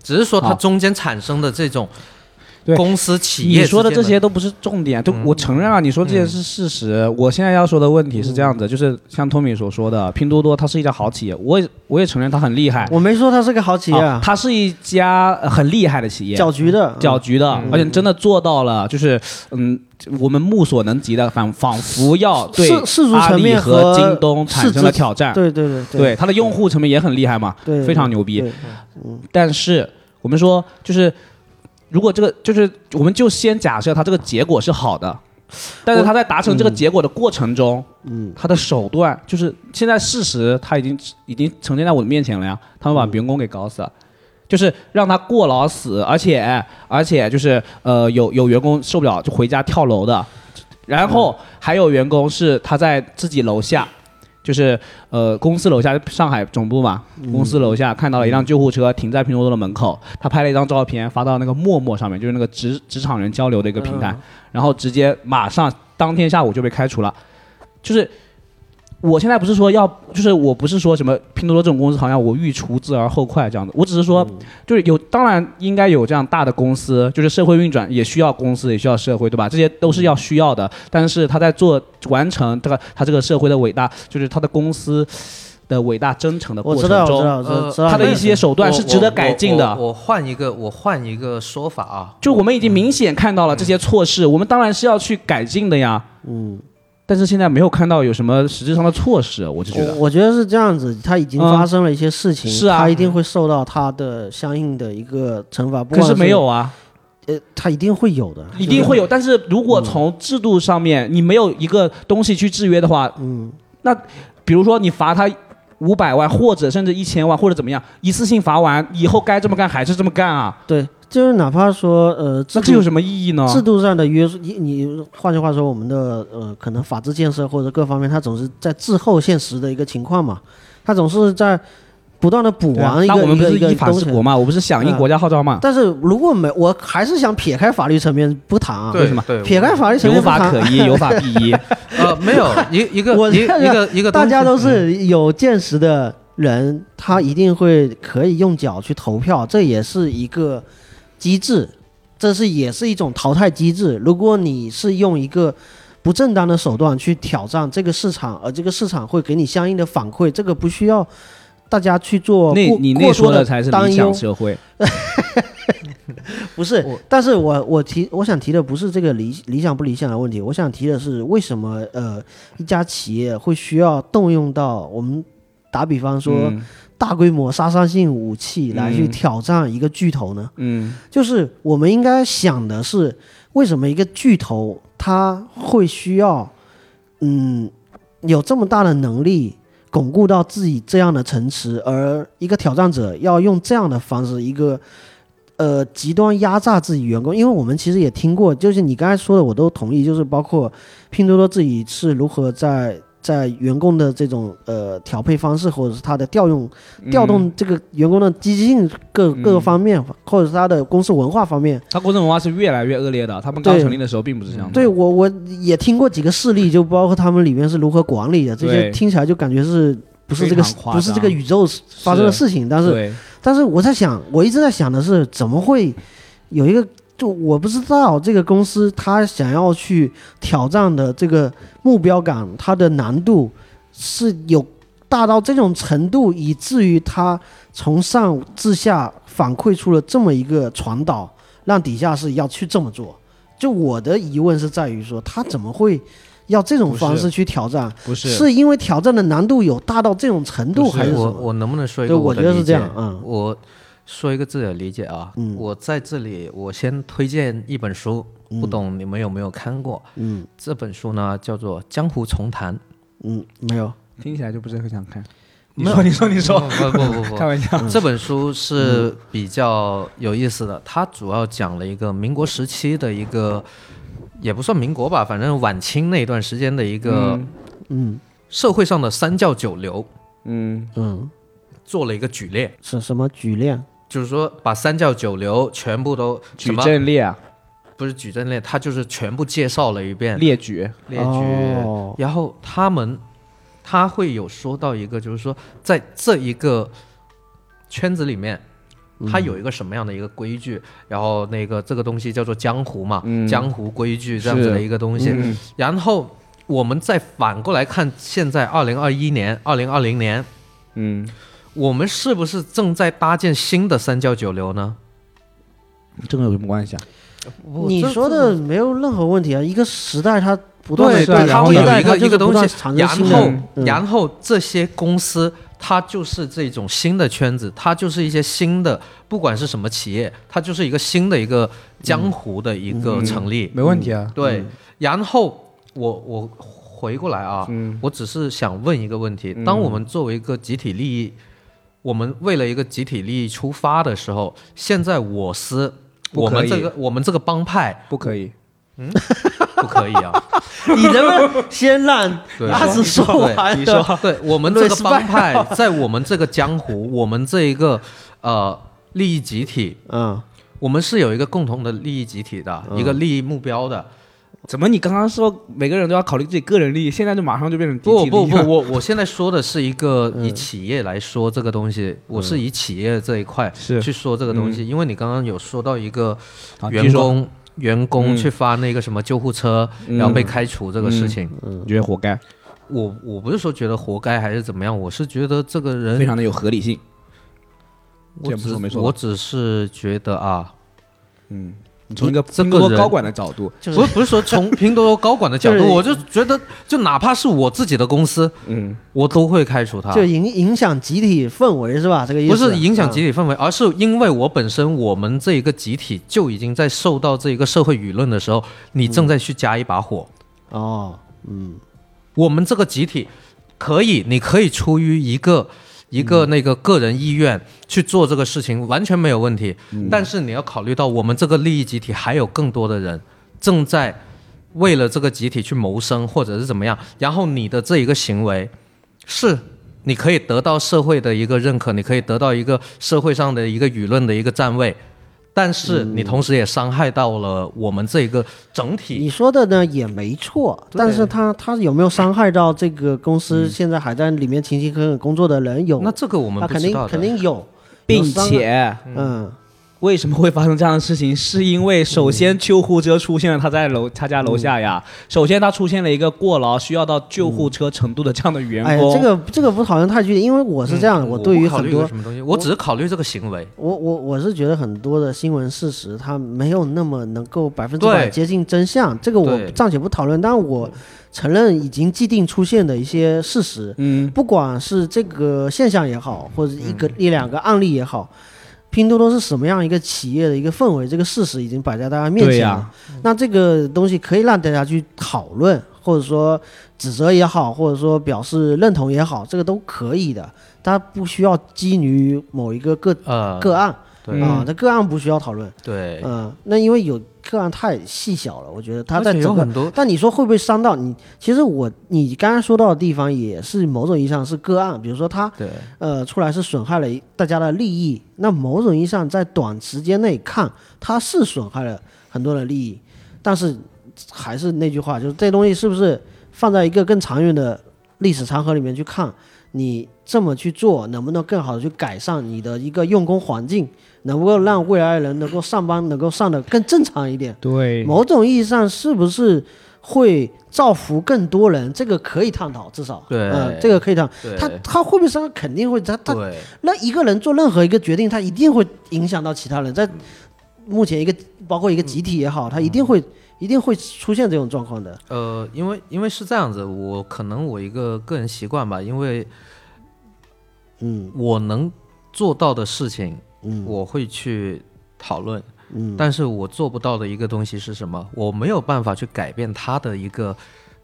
Speaker 2: 只是说它
Speaker 4: 好
Speaker 2: 中间产生的这种
Speaker 4: 对
Speaker 2: 公司企业
Speaker 4: 你说的
Speaker 2: 之间
Speaker 4: 这些都不是重点，就我承认啊，你说这些是事实。我现在要说的问题是这样子，就是像托米所说的，拼多多它是一家好企业，我也我也承认它很厉害，
Speaker 1: 我没说他是个好企业
Speaker 4: 啊
Speaker 1: 啊，
Speaker 4: 它是一家呃很厉害的企业，
Speaker 1: 搅局的，
Speaker 4: 搅局的，而且真的做到了，就是嗯，我们目所能及的，仿仿佛要对
Speaker 1: 世世俗
Speaker 4: 阿
Speaker 1: 层
Speaker 4: 里
Speaker 1: 面
Speaker 4: 和
Speaker 1: 和
Speaker 4: 京东产生了挑战。
Speaker 1: 对对对
Speaker 4: 对，它的用户层面也很厉害嘛，
Speaker 1: 对，
Speaker 4: 非常牛逼。
Speaker 1: 对
Speaker 4: 但是我们说，就是如果这个就是我们就先假设它这个结果是好的，但是他在达成这个结果的过程中，嗯，他的手段就是现在事实他已经已经呈现在我的面前了呀，他们把员工给搞死了。就是让他过劳死，而且而且就是呃，有有员工受不了就回家跳楼的，然后还有员工是他在自己楼下，就是呃公司楼下上海总部嘛，公司楼下看到了一辆救护车停在拼多多的门口，他拍了一张照片发到那个陌陌上面，就是那个职职场人交流的一个平台，然后直接马上当天下午就被开除了，就是。我现在不是说要，就是我不是说什么拼多多这种公司，好像我欲除之而后快这样子。我只是说，
Speaker 1: 嗯
Speaker 4: 就是有，当然应该有这样大的公司，就是社会运转也需要公司，也需要社会，对吧？这些都是要需要的。
Speaker 1: 嗯
Speaker 4: 但是他在做完成这个他这个社会的伟大，就是他的公司的伟大征程的过
Speaker 1: 我
Speaker 4: 程
Speaker 1: 知道，我知
Speaker 4: 中，
Speaker 1: 道，知知道
Speaker 2: 呃
Speaker 4: 他的
Speaker 1: 你
Speaker 4: 一
Speaker 1: 意思
Speaker 4: 些手段是值得改进的
Speaker 2: 我。我我我换一个，我换一个说法啊，
Speaker 4: 就我们已经明显看到了这些措施，我们当然是要去改进的呀。
Speaker 1: 嗯，
Speaker 4: 但是现在没有看到有什么实质上的措施，我就觉得
Speaker 1: 我我觉得是这样子，他已经
Speaker 4: 嗯
Speaker 1: 发生了一些事情，
Speaker 4: 是啊
Speaker 1: 他一定会受到他的相应的一个惩罚，不
Speaker 4: 可
Speaker 1: 管
Speaker 4: 是没有，啊。
Speaker 1: 呃，他一定会有的，
Speaker 4: 一定会有，但是如
Speaker 1: 嗯
Speaker 4: 果从制度上面你没有一个东西去制约的话，嗯，那比如说你罚他五百万，或者甚至一千万，或者怎么样，一次性罚完以后该这么干还是这么干啊？
Speaker 1: 对，就是哪怕说呃，制
Speaker 4: 那
Speaker 1: 度
Speaker 4: 这有什么啊意义呢？
Speaker 1: 制度上的约束，你你换句话说，我们的呃，可能法治建设或者各方面，它总是在滞后现实的一个情况嘛，它总是在不断的补
Speaker 4: 对啊
Speaker 1: 完一
Speaker 4: 那
Speaker 1: 个
Speaker 4: 我们
Speaker 1: 一
Speaker 4: 不
Speaker 1: 个
Speaker 4: 是
Speaker 1: 一个
Speaker 4: 依法
Speaker 1: 东
Speaker 4: 治
Speaker 1: 西啊
Speaker 4: 国嘛？我不是响应国家号召嘛？
Speaker 1: 但是如果没，我还是想撇开法律层面不谈啊，
Speaker 2: 对
Speaker 4: 什么
Speaker 2: 对，
Speaker 1: 撇开法律层
Speaker 4: 有
Speaker 1: 面不
Speaker 4: 法
Speaker 1: 谈
Speaker 4: 可，依，有法必 依。
Speaker 2: 呃，没有一一 个
Speaker 1: 我
Speaker 2: 一一
Speaker 1: 这
Speaker 2: 个一个东
Speaker 1: 大
Speaker 2: 西
Speaker 1: 家都
Speaker 4: 嗯
Speaker 1: 是有见识的人，他一定会可以用脚去投票，这也是一个机制，这是也是一种淘汰机制。如果你是用一个不正当的手段去挑战这个市场，而这个市场会给你相应的反馈，这个不需要大家去做
Speaker 4: 那
Speaker 1: 过
Speaker 4: 你那
Speaker 1: 过多
Speaker 4: 说
Speaker 1: 的
Speaker 4: 的才是
Speaker 1: 担
Speaker 4: 理
Speaker 1: 忧
Speaker 4: 想，社会。
Speaker 1: 不是
Speaker 2: 我，
Speaker 1: 但是我我提我想提的不是这个理理想不理想的问题，我想提的是为什么呃一家企业会需要动用到我们打比方说、
Speaker 4: 嗯
Speaker 1: 大规模杀伤性武器来去挑战一个巨头呢？
Speaker 4: 嗯，
Speaker 1: 就是我们应该想的是，为什么一个巨头他会需要，嗯，有这么大的能力巩固到自己这样的城池，而一个挑战者要用这样的方式，一个呃极端压榨自己员工。因为我们其实也听过，就是你刚才说的，我都同意，就是包括拼多多自己是如何在。在员工的这种呃调配方式，或者是他的调用
Speaker 4: 嗯
Speaker 1: 调动这个员工的积极性各各个方面，或者是他的公司文化方面。
Speaker 4: 他公司文化是越来越恶劣的。他们刚
Speaker 1: 对
Speaker 4: 成立的时候并不是这样的。
Speaker 1: 对我我也听过几个事例，就包括他们里面是如何管理的，这些
Speaker 4: 对
Speaker 1: 听起来就感觉是不是这
Speaker 4: 非
Speaker 1: 个
Speaker 4: 常夸张
Speaker 1: 不是这个宇宙发生的事情，但是
Speaker 4: 对，
Speaker 1: 但是我在想，我一直在想的是怎么会有一个。就我不知道这个公司它想要去挑战的这个目标感，它的难度是有大到这种程度，以至于它从上至下反馈出了这么一个传导，让底下是要去这么做。就我的疑问是在于说，他怎么会要这种
Speaker 4: 不是
Speaker 1: 方式去挑战？
Speaker 4: 不是
Speaker 1: 是因为挑战的难度有大到这种程度，
Speaker 4: 不是
Speaker 1: 还是什
Speaker 2: 我
Speaker 1: 么？
Speaker 2: 我能不能说一
Speaker 1: 对
Speaker 2: 个
Speaker 1: 我
Speaker 2: 的
Speaker 1: 觉得是
Speaker 2: 理
Speaker 1: 这
Speaker 2: 解？
Speaker 1: 样嗯
Speaker 2: 我说一个自己的理解啊。
Speaker 1: 嗯
Speaker 2: 我在这里我先推荐一本书，不懂你们有没有看过？
Speaker 1: 嗯
Speaker 2: 这本书呢叫做《江湖重谈》。
Speaker 1: 嗯，没有。
Speaker 4: 听起来就不是很想看。你
Speaker 2: 没有
Speaker 4: 说，你说， 你说，
Speaker 2: 哦不不不不
Speaker 4: 开玩笑。
Speaker 2: 不，这本书
Speaker 1: 嗯
Speaker 2: 是比较有意思的，它主要讲了一个民国时期的一个，也不算民国吧，反正晚清那一段时间的一
Speaker 1: 呃
Speaker 2: 个
Speaker 1: 嗯
Speaker 2: 社会上的三教九流
Speaker 4: 嗯，
Speaker 1: 嗯，
Speaker 2: 做了一个举列。
Speaker 1: 是什么举啊链？
Speaker 2: 就是说把三教九流全部都什
Speaker 4: 矩
Speaker 2: 么
Speaker 4: 阵列啊，
Speaker 2: 不是矩阵列，他就是全部介绍了一遍
Speaker 4: 列举，
Speaker 2: 列举，
Speaker 1: 哦
Speaker 2: 然后他们他会有说到一个，就是说在这一个圈子里面。它有一个什么样的一个规矩，然后那个这个东西叫做江湖嘛，
Speaker 4: 嗯
Speaker 2: 江湖规矩这样子的一个东西。
Speaker 4: 嗯
Speaker 2: 然后我们再反过来看，现在二零二一年、二零二零年，
Speaker 4: 嗯，
Speaker 2: 我们是不是正在搭建新的三教九流呢？
Speaker 4: 这个有什么关系啊？
Speaker 2: 我
Speaker 1: 你
Speaker 2: 这
Speaker 1: 说
Speaker 2: 这
Speaker 1: 的没有任何问题啊，一个时代它不断
Speaker 2: 对
Speaker 1: 地
Speaker 4: 对
Speaker 1: 在
Speaker 4: 它
Speaker 1: 迭
Speaker 4: 会有
Speaker 1: 代
Speaker 2: 一个
Speaker 1: 它就是
Speaker 2: 一个东
Speaker 1: 不断
Speaker 2: 西
Speaker 1: 产生
Speaker 2: 然
Speaker 1: 新的
Speaker 2: 后，
Speaker 1: 嗯
Speaker 2: 然后这些公司它就是这种新的圈子，它就是一些新的，不管是什么企业，它就是一个新的一个江湖的一个
Speaker 5: 嗯
Speaker 2: 成立。
Speaker 5: 没问题啊。
Speaker 2: 对，然后我我回过来啊，
Speaker 5: 嗯
Speaker 2: 我只是想问一个问题：当我们作为一个集体利益，我们为了一个集体利益出发的时候，现在我司。
Speaker 5: 不
Speaker 2: 我
Speaker 5: 可以
Speaker 2: 们这个我们这个帮
Speaker 4: 嗯
Speaker 2: 派
Speaker 5: 不可以，
Speaker 2: 不可以啊！
Speaker 1: 你能不能先 让
Speaker 2: 对
Speaker 1: 拉子说完？
Speaker 2: 对，对我们这个
Speaker 1: Respect
Speaker 2: 帮派，在我们这个江湖，我们这一个呃利益集体，
Speaker 1: 嗯，
Speaker 2: 我们是有一个共同的利益集体的、一个
Speaker 4: 嗯
Speaker 2: 利益目标的。
Speaker 4: 怎么你刚刚说每个人都要考虑自己个人利益，现在就马上就变成集
Speaker 2: 不
Speaker 4: 体
Speaker 2: 不
Speaker 4: 利益
Speaker 2: 不
Speaker 4: 了，
Speaker 2: 我我现在说的是一个
Speaker 4: 嗯
Speaker 2: 以企业来说这个东西，我是以企业这一块
Speaker 4: 是
Speaker 2: 去说这个东西，因为你刚刚有说到一个
Speaker 4: 好继续
Speaker 2: 员
Speaker 4: 啊说
Speaker 2: 工。员工
Speaker 4: 嗯
Speaker 2: 去发那个什么救护车，
Speaker 4: 嗯
Speaker 2: 然后被开除这个事情，
Speaker 4: 你觉得活该，
Speaker 2: 我我不是说觉得活该还是怎么样，我是觉得这个人
Speaker 4: 非常的有合理性。
Speaker 2: 我
Speaker 4: 这也不是
Speaker 2: 只
Speaker 4: 我没说吧
Speaker 2: 我只是觉得啊，
Speaker 4: 嗯，你
Speaker 2: 从
Speaker 4: 从一个
Speaker 2: 这
Speaker 4: 拼
Speaker 2: 个
Speaker 4: 多多
Speaker 2: 人
Speaker 4: 高管的角度，
Speaker 1: 就是
Speaker 2: 不是不是说 从拼多多高管的角
Speaker 1: 就
Speaker 2: 度，
Speaker 1: 是
Speaker 2: 我就觉得，就哪怕是我自己的公司，
Speaker 4: 嗯，
Speaker 2: 我都会开除他，
Speaker 1: 就影影响集体氛围是吧？这个意思嗯
Speaker 2: 不是影响集体氛围，而是因为我本身我们这一个集体就已经在受到这一个社会舆论的时候，你正在去加一把火。
Speaker 1: 嗯哦，
Speaker 2: 我们这个集体可以，你可以出于一个。一个那个个人意愿去做这个事情完全没有问题，但是你要考虑到我们这个利益集体还有更多的人正在为了这个集体去谋生或者是怎么样，然后你的这一个行为是你可以得到社会的一个认可，你可以得到一个社会上的一个舆论的一个站位，但是你同时也伤害到了我们这个整体
Speaker 1: 你说的呢也没错，但是他他有没有伤害到这个公司现在还在里面勤勤恳恳工作的人？有，
Speaker 2: 嗯那这个我们
Speaker 1: 他
Speaker 2: 不
Speaker 1: 肯
Speaker 2: 知
Speaker 1: 定
Speaker 2: 道的
Speaker 1: 肯定有，
Speaker 4: 并
Speaker 1: 有伤害
Speaker 4: 且
Speaker 1: 嗯，
Speaker 4: 为什么会发生这样的事情？是因为首
Speaker 2: 嗯
Speaker 4: 先救护车出现了，他在楼他家楼下呀。首先他出现了一个过劳需要到救
Speaker 2: 嗯
Speaker 4: 护车程度的这样的员
Speaker 1: 哎呀，
Speaker 4: 工，
Speaker 1: 这个这个不讨论太具体，因为我是这样的，
Speaker 2: 嗯
Speaker 1: 我对于
Speaker 2: 不考
Speaker 1: 很
Speaker 2: 虑
Speaker 1: 多
Speaker 2: 个什么东西，我只是考虑这个行为。
Speaker 1: 我我我是觉得很多的新闻事实，它没有那么能够百分之百
Speaker 2: 对
Speaker 1: 接近真相，这个我
Speaker 2: 对
Speaker 1: 暂且不讨论。但我承认已经既定出现的一些事实，
Speaker 4: 嗯，
Speaker 1: 不管是这个现象也好，或者一个、一两个案例也好，拼多多是什么样一个企业的一个氛围，这个事实已经摆在大家面
Speaker 4: 对
Speaker 1: 前
Speaker 4: 呀
Speaker 1: 了。那这个东西可以让大家去讨论，或者说指责也好，或者说表示认同也好，这个都可以的。它不需要基于某一个个
Speaker 2: 呃，
Speaker 1: 个案
Speaker 2: 对
Speaker 1: 啊，那个案不需要讨论。
Speaker 2: 对，
Speaker 1: 嗯，那因为有个案太细小了，我觉得它
Speaker 2: 而
Speaker 1: 在
Speaker 2: 且
Speaker 1: 整
Speaker 2: 有
Speaker 1: 个
Speaker 2: 很多
Speaker 1: 但你说会不会伤到你？其实我你刚刚说到的地方也是某种意义上是个案，比如说他
Speaker 2: 对
Speaker 1: 呃出来是损害了一大家的利益，那某种意义上在短时间内看，他是损害了很多人的利益，但是还是那句话，就是这东西是不是放在一个更长远的历史长河里面去看，你这么去做能不能更好的去改善你的一个用工环境，能够让未来的人能够上班能够上的更正常一点。
Speaker 4: 对
Speaker 1: 某种意义上是不是会造福更多人？这个可以探讨，至少
Speaker 2: 对
Speaker 1: 嗯，这个可以探讨。
Speaker 2: 对
Speaker 1: 他他会不会伤害？肯定会，他他
Speaker 2: 对
Speaker 1: 那一个人做任何一个决定，他一定会影响到其他人。在
Speaker 4: 嗯
Speaker 1: 目前一个包括一个集体也好，他一定会一定会出现这种状况的。
Speaker 2: 呃，因为因为是这样子，我可能我一个个人习惯吧，因为
Speaker 1: 嗯
Speaker 2: 我能做到的事情，
Speaker 1: 嗯
Speaker 2: 我会去讨论，
Speaker 1: 嗯，
Speaker 2: 但是我做不到的一个东西是什么？我没有办法去改变他的一个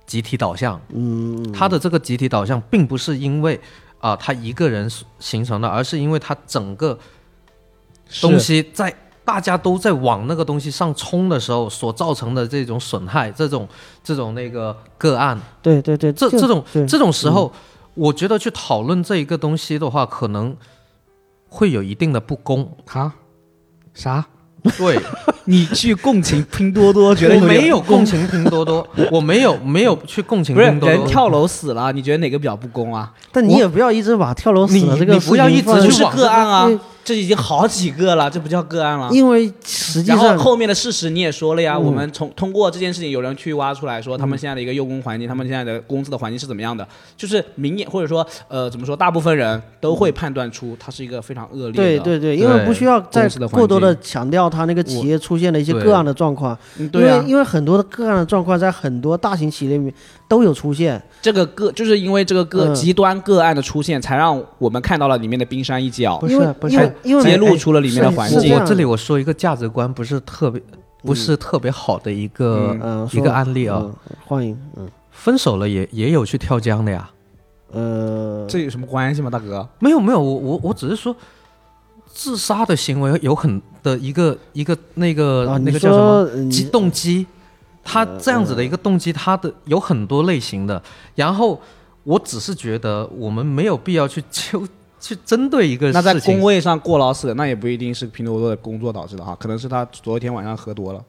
Speaker 2: 集体导向。
Speaker 1: 嗯
Speaker 2: 他的这个集体导向并不是因为啊、他一个人形成的，而是因为他整个东西在大家都在往那个东西上冲的时候所造成的这种损害，这种这种那个个案，
Speaker 1: 对对对，
Speaker 2: 这
Speaker 1: 就
Speaker 2: 这种
Speaker 1: 对
Speaker 2: 这种时候，
Speaker 4: 嗯
Speaker 2: 我觉得去讨论这一个东西的话，可能会有一定的不公。
Speaker 5: 啊，啥？
Speaker 2: 对，
Speaker 4: 你去共情拼多多，觉得
Speaker 2: 我没有共情拼多多，我没有没有去共情
Speaker 4: 不是
Speaker 2: 拼多
Speaker 4: 人
Speaker 2: 多。
Speaker 4: 跳楼死了，你觉得哪个比较不公啊？
Speaker 1: 但你也不要一直把跳楼死
Speaker 2: 你
Speaker 1: 了这个
Speaker 2: 你不要
Speaker 1: 事情
Speaker 2: 一直
Speaker 1: 放在
Speaker 2: 去
Speaker 4: 是
Speaker 2: 往
Speaker 4: 个案啊
Speaker 1: 因为，
Speaker 4: 这已经好几个了，这不叫个案了。
Speaker 1: 因为实际
Speaker 4: 然后
Speaker 1: 上嗯
Speaker 4: 后面的事实你也说了呀，我们从通过这件事情，有人去挖出来说他们现在的一个用工环境，他们现在的工资的环境是怎么样的，就是明眼或者说呃怎么说，大部分人都会判断出它是一个非常恶劣的。
Speaker 1: 对对对，因为
Speaker 2: 对
Speaker 1: 不需要再
Speaker 4: 公司的环
Speaker 1: 过多的
Speaker 4: 境
Speaker 1: 强调他那个企业出现了一些
Speaker 2: 对
Speaker 1: 个案的状况，
Speaker 4: 嗯对啊
Speaker 1: 因为，因为很多的个案的状况在很多大型企业里面都有出现，
Speaker 4: 这个个就是因为这个个
Speaker 1: 嗯
Speaker 4: 极端个案的出现，才让我们看到了里面的冰山一角
Speaker 5: 不，是
Speaker 1: 因为
Speaker 5: 不是
Speaker 1: 因为因为哎
Speaker 4: 揭露出了里面的
Speaker 1: 是
Speaker 4: 环
Speaker 1: 是这
Speaker 4: 境嗯
Speaker 2: 我
Speaker 1: 样。
Speaker 2: 我这里我说一个价值观不是特别不是特别好的一个、
Speaker 1: 嗯
Speaker 2: 一个案例啊，，
Speaker 1: 说嗯欢迎，嗯
Speaker 2: 分手了也也有去跳江的呀。
Speaker 1: 呃，
Speaker 4: 这有什么关系吗，大哥？
Speaker 2: 没有没有，我我我只是说，自杀的行为有很的一个一个那个、
Speaker 1: 啊，
Speaker 2: 那
Speaker 1: 你
Speaker 2: 个叫什么
Speaker 1: 说你呃
Speaker 2: 机动机，他这样子的一个动机，他的有很多类型的。然后我只是觉得我们没有必要去纠 去针对一个
Speaker 4: 那在
Speaker 2: 事
Speaker 4: 工
Speaker 2: 情。
Speaker 4: 位上过劳死，那也不一定是拼多多的工作导致的哈，可能是他昨天晚上喝多了。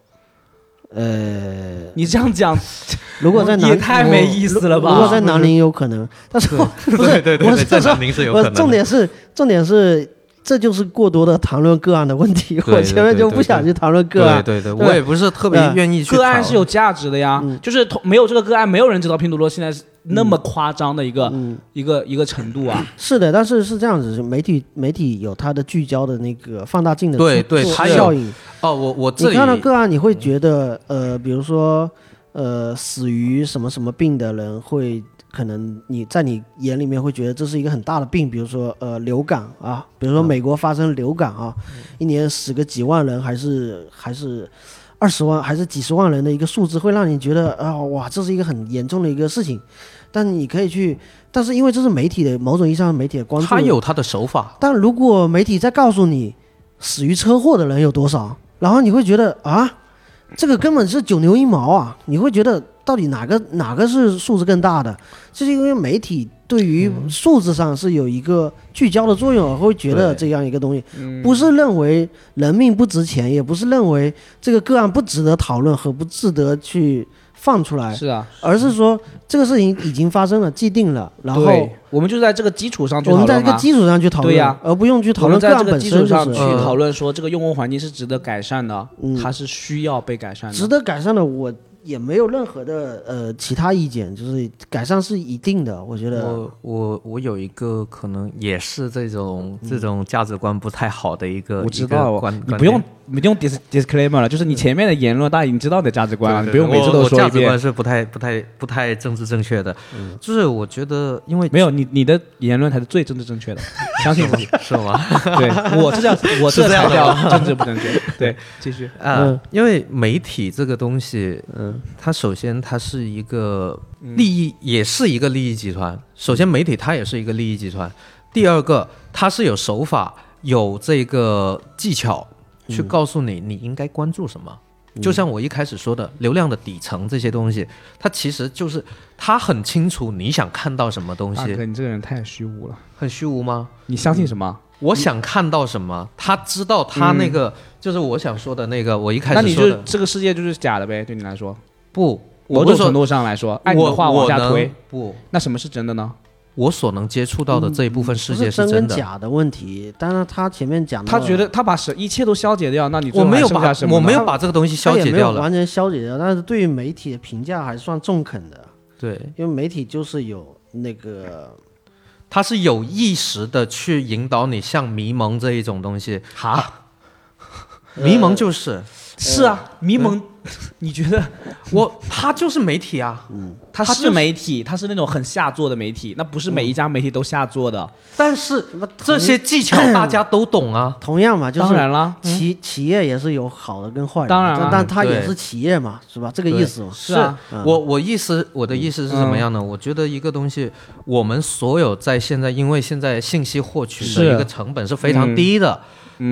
Speaker 1: 呃，
Speaker 4: 你这 样讲，
Speaker 1: 如果在南
Speaker 2: 哦
Speaker 4: 也太没意思了吧
Speaker 1: 如果在南宁有可能，但是我不是我是说
Speaker 2: 宁是
Speaker 1: 我重点是重点是，这就是过多的谈论个案的问题。
Speaker 2: 对
Speaker 1: 我前面就不想去谈论个案，
Speaker 2: 对对对，
Speaker 1: 对
Speaker 2: 我也不是特别
Speaker 1: 嗯
Speaker 2: 愿意去
Speaker 4: 个案
Speaker 2: 讨
Speaker 4: 是有价值的呀，就是同没有这个个案，没有人知道拼多多现
Speaker 1: 嗯
Speaker 4: 在是那么夸张的一个、一个一个程度啊。
Speaker 1: 是的，但是是这样子，是媒体媒体有它的聚焦的那个放大镜的
Speaker 2: 对
Speaker 1: 作
Speaker 2: 对
Speaker 1: 作
Speaker 2: 它有
Speaker 1: 效应。
Speaker 2: 哦，我我
Speaker 1: 你
Speaker 2: 这里
Speaker 1: 看到个案，你会觉得呃，比如说呃，死于什么什么病的人会。可能你在你眼里面会觉得这是一个很大的病，比如说呃流感啊，比如说美国发生流感啊，一年死个几万人，还是还是二十万还是几十万人的一个数字，会让你觉得啊、哇，这是一个很严重的一个事情。但你可以去，但是因为这是媒体的某种意义上的媒体的关注，
Speaker 2: 他有他的手法，
Speaker 1: 但如果媒体再告诉你死于车祸的人有多少，然后你会觉得啊，这个根本是九牛一毛啊！你会觉得到底哪个哪个是数字更大的？就是因为媒体对于
Speaker 4: 嗯
Speaker 1: 数字上是有一个聚焦的作用，会觉得
Speaker 2: 对
Speaker 1: 这样一个东西，
Speaker 4: 嗯
Speaker 1: 不是认为人命不值钱，也不是认为这个个案不值得讨论和不值得去放出来，
Speaker 4: 是啊，
Speaker 1: 而是说这个事情已经发生了，既定了，然后
Speaker 4: 对我们就是在这个基础上去
Speaker 1: 我
Speaker 4: 讨
Speaker 1: 们
Speaker 4: 论
Speaker 1: 在这个
Speaker 4: 啊
Speaker 1: 基础上去讨论，
Speaker 4: 对呀
Speaker 1: 而不用去讨
Speaker 4: 我们
Speaker 1: 论
Speaker 4: 在
Speaker 1: 个
Speaker 4: 这
Speaker 1: 案
Speaker 4: 个
Speaker 1: 本
Speaker 4: 基
Speaker 1: 身、
Speaker 4: 础
Speaker 1: 就
Speaker 4: 上去
Speaker 1: 是。
Speaker 4: 讨论说这个用户环境是值得改善的，
Speaker 1: 嗯
Speaker 4: 它是需要被改善的。
Speaker 1: 值得改善的，我也没有任何的呃其他意见，就是改善是一定的，我觉得。
Speaker 2: 我我我有一个可能也是这种这种价值观不太好的一个，
Speaker 4: 嗯我知道
Speaker 2: 一个
Speaker 4: 了
Speaker 2: 观，
Speaker 4: 你
Speaker 2: 观
Speaker 4: 不用
Speaker 2: 点
Speaker 4: 你不用 dis disclaimer 了，就是
Speaker 1: 嗯
Speaker 4: 你前面的言论，大家已经知道你的价值观了，
Speaker 2: 对对
Speaker 4: 你不用
Speaker 2: 对
Speaker 4: 每次
Speaker 2: 我
Speaker 4: 都
Speaker 2: 我
Speaker 4: 说
Speaker 2: 价值
Speaker 4: 一
Speaker 2: 观
Speaker 4: 遍。嗯
Speaker 2: 是不太不太不太政治正确的，就是我觉得因为
Speaker 4: 没有你你的言论才是最政治正确 的，相信我。
Speaker 2: 是吗？
Speaker 4: 对我这叫我
Speaker 2: 是
Speaker 4: 这
Speaker 2: 这样
Speaker 4: 才
Speaker 2: 的
Speaker 4: 叫政治不正 确。对，继续。
Speaker 2: 啊，因为媒体这个东西，嗯，它首先它是一个利益，也是一个利益集团。首先，媒体它也是一个利益集团。第二个，它是有手法、有这个技巧
Speaker 4: 嗯
Speaker 2: 去告诉你你应该关注什么。就像我一开始说的，流量的底层这些东西，它其实就是它很清楚你想看到什么东
Speaker 4: 大
Speaker 2: 西，嗯
Speaker 4: 哥，你这个人太虚无了，
Speaker 2: 很虚无吗？
Speaker 4: 你相信什么？
Speaker 2: 我想看到什么，他知道他那个、就是我想说的那个，我一开
Speaker 4: 嗯那
Speaker 2: 始
Speaker 4: 你
Speaker 2: 说
Speaker 4: 就
Speaker 2: 的
Speaker 4: 这个世界就是假的呗，对你来说，
Speaker 2: 不，
Speaker 4: 某
Speaker 2: 我
Speaker 4: 种
Speaker 2: 就
Speaker 4: 程
Speaker 2: 说
Speaker 4: 度上来说，按你的
Speaker 2: 我
Speaker 4: 话往
Speaker 2: 我
Speaker 4: 下
Speaker 2: 能
Speaker 4: 推，
Speaker 2: 不，
Speaker 4: 那什么是真的呢？
Speaker 2: 我所能接触到的这一
Speaker 4: 嗯
Speaker 2: 部分世界
Speaker 1: 不是
Speaker 2: 真
Speaker 1: 跟
Speaker 2: 的。
Speaker 1: 假的问题，当然他前面讲到
Speaker 4: 他觉得他把什一切都消解掉，那你
Speaker 2: 嗯
Speaker 4: 最
Speaker 2: 我
Speaker 4: 后
Speaker 2: 没有
Speaker 4: 还剩
Speaker 2: 把
Speaker 4: 下什么呢
Speaker 2: 我没有把这个东西消
Speaker 1: 他也
Speaker 2: 解
Speaker 1: 没
Speaker 2: 掉
Speaker 1: 有
Speaker 2: 了，
Speaker 1: 完全消解掉，但是对于媒体的评价还算中肯的，
Speaker 2: 对，
Speaker 1: 因为媒体就是有那个
Speaker 2: 他是有意识的去引导你像迷蒙这一种东西。哈， 迷蒙就是
Speaker 4: 是啊，
Speaker 2: 嗯
Speaker 4: 迷蒙， 你觉得
Speaker 2: 我，他就是媒体啊，
Speaker 4: 嗯他
Speaker 2: 他
Speaker 4: 是
Speaker 2: 就是
Speaker 4: 媒体，他是那种很下作的媒体，那不是每一家媒体都下作的。
Speaker 2: 但是这些技巧大家都懂啊。
Speaker 1: 同样嘛，就是
Speaker 4: 当然啦，
Speaker 1: 企企业也是有好的跟坏的，
Speaker 4: 当然
Speaker 1: 但
Speaker 4: 了
Speaker 1: 但他也
Speaker 2: 对
Speaker 1: 是企业嘛，是吧？这个
Speaker 2: 对
Speaker 1: 意思嘛。
Speaker 4: 是啊嗯
Speaker 2: 我我意思我的意思是什么样呢？我觉得一个东西，我们所有在现在，因为现在信息获取
Speaker 4: 是嗯
Speaker 2: 的一个成本是非常低的。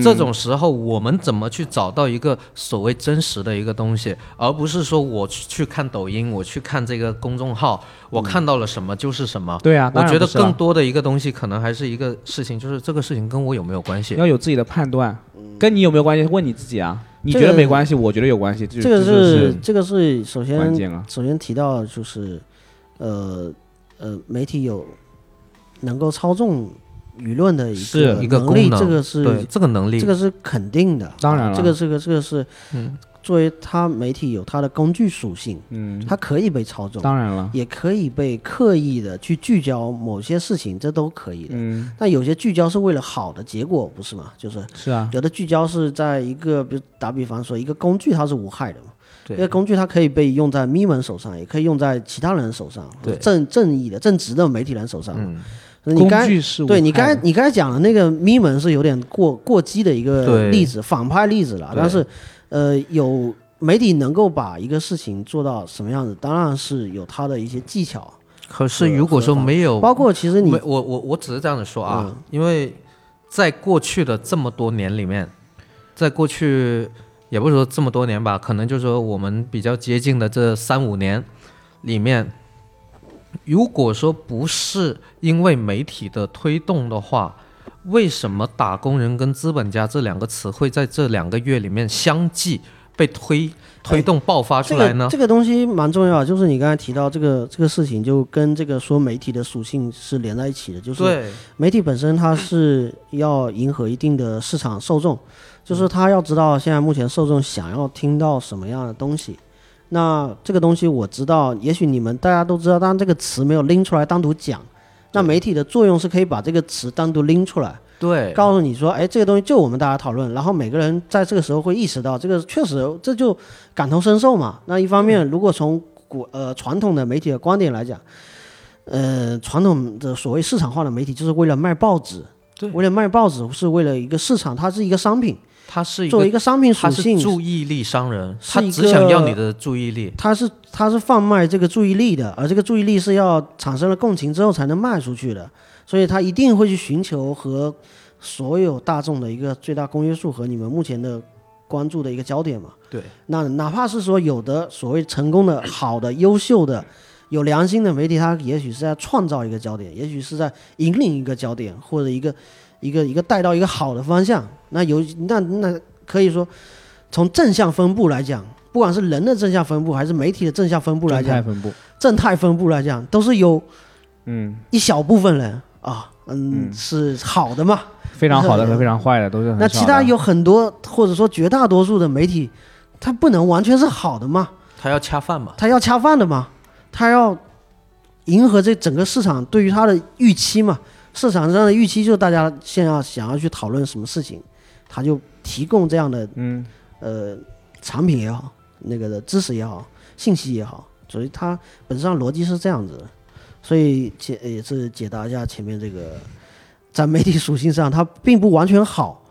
Speaker 2: 这种时候，我们怎么去找到一个所谓真实的一个东西，而不是说我去去看抖音，我去看这个公众号，我看到了什么就是什么。
Speaker 4: 嗯对啊，
Speaker 2: 我
Speaker 4: 当然
Speaker 2: 觉得
Speaker 4: 不是啊
Speaker 2: 更多的一个东西，可能还是一个事情，就是这个事情跟我有没有关系。
Speaker 4: 要有自己的判断，跟你有没有关系？问你自己啊，你
Speaker 1: 这
Speaker 4: 觉得
Speaker 1: 个
Speaker 4: 没关系，我觉得有关系，
Speaker 1: 这个
Speaker 4: 这就是
Speaker 1: 是这个是首先
Speaker 4: 关键啊
Speaker 1: 首先提到就是，呃呃，媒体有能够操纵舆论的一
Speaker 4: 是
Speaker 1: 个
Speaker 2: 一个
Speaker 1: 能
Speaker 2: 功
Speaker 1: 力，
Speaker 2: 能，
Speaker 1: 这个
Speaker 2: 对
Speaker 1: 是
Speaker 2: 这个能力，
Speaker 1: 这个是肯定的。
Speaker 4: 当然了
Speaker 1: 这个这个这个是作为它媒体有它的工具属性，
Speaker 4: 嗯，
Speaker 1: 它可以被操纵，
Speaker 4: 当然了，
Speaker 1: 也可以被刻意的去聚焦某些事情，这都可以的。
Speaker 4: 嗯，
Speaker 1: 但有些聚焦是为了好的结果，不是吗？就是
Speaker 4: 是啊，
Speaker 1: 有的聚焦是在一个，比如打比方说，一个工具它是无害的嘛，
Speaker 2: 对
Speaker 1: 这个工具它可以被用在咪们手上，也可以用在其他人手上，
Speaker 2: 对
Speaker 1: 正正义的、正直的媒体人手上。
Speaker 2: 嗯，
Speaker 1: 你
Speaker 4: 工
Speaker 1: 刚
Speaker 4: 具是无
Speaker 1: 对你
Speaker 4: 害
Speaker 1: 刚才
Speaker 4: 的
Speaker 1: 你刚才讲的那个咪们是有点过过激的一个
Speaker 2: 对
Speaker 1: 例子，反派例子了。
Speaker 2: 对
Speaker 1: 但是，呃，有媒体能够把一个事情做到什么样子，当然是有它的一些技巧，
Speaker 2: 可是如果说没有
Speaker 1: 包括其实你嗯
Speaker 2: 没哦我我我只是这样子说啊，因为在过去的这么多年里面，在过去也不是说这么多年吧，可能就是说我们比较接近的这三五年里面，如果说不是因为媒体的推动的话，为什么“打工人”跟“资本家”这两个词汇在这两个月里面相继被推推动爆发出
Speaker 1: 这
Speaker 2: 来
Speaker 1: 个
Speaker 2: 呢？
Speaker 1: 哎这个东西蛮重要，就是你刚才提到这个这个事情，就跟这个说媒体的属性是连在一起的，就是
Speaker 2: 对，
Speaker 1: 媒体本身它是要迎合一定的市场受众，就是它要知道现在目前受众想要听到什么样的东西。那这个东西我知道，也许你们大家都知道，但这个词没有拎出来单独讲。那媒体的作用是可以把这个词单独拎出来，
Speaker 2: 对，
Speaker 1: 告诉你说，哎，这个东西就我们大家讨论，然后每个人在这个时候会意识到，这个确实这就感同身受嘛。那一方面，
Speaker 2: 嗯
Speaker 1: 如果从古呃传统的媒体的观点来讲，呃，传统的所谓市场化的媒体就是为了卖报纸，
Speaker 2: 对
Speaker 1: 为了卖报纸是为了一个市场，它是一个商品，
Speaker 2: 它是一
Speaker 1: 作
Speaker 2: 个
Speaker 1: 为一个商品属
Speaker 2: 他
Speaker 1: 性
Speaker 2: 是，注意力商人，
Speaker 1: 是
Speaker 2: 他
Speaker 1: 一
Speaker 2: 只想要
Speaker 1: 个
Speaker 2: 你的注意力。
Speaker 1: 它是它是贩卖这个注意力的，而这个注意力是要产生了共情之后才能卖出去的，所以它一定会去寻求和所有大众的一个最大公约数和你们目前的关注的一个焦点嘛。
Speaker 2: 对，
Speaker 1: 那哪怕是说有的所谓成功的、好的、优秀的、有良心的媒体，它也许是在创造一个焦点，也许是在引领一个焦点，或者一个一个一个带到一个好的方向。那有那那可以说，从正向分布来讲，不管是人的正向分布还是媒体的正向分布来
Speaker 4: 正态
Speaker 1: 讲，
Speaker 4: 分布，
Speaker 1: 正态分布来讲，都是有
Speaker 4: 嗯，
Speaker 1: 一小部分人啊，嗯，是好的嘛。
Speaker 4: 非常好的
Speaker 1: 是
Speaker 4: 和非常坏的都是很
Speaker 1: 那
Speaker 4: 少
Speaker 1: 其他
Speaker 4: 的
Speaker 1: 有很多或者说绝大多数的媒体，它不能完全是好的嘛。
Speaker 2: 他要恰饭嘛？
Speaker 1: 他要恰饭的嘛，他要迎合这整个市场对于他的预期嘛。市场上的预期就是大家现在要想要去讨论什么事情，他就提供这样的
Speaker 4: 嗯
Speaker 1: 呃产品也好，那个的知识也好，信息也好，所以它本质上逻辑是这样子的。所以解也是解答一下前面这个，在媒体属性上，它并不完全好，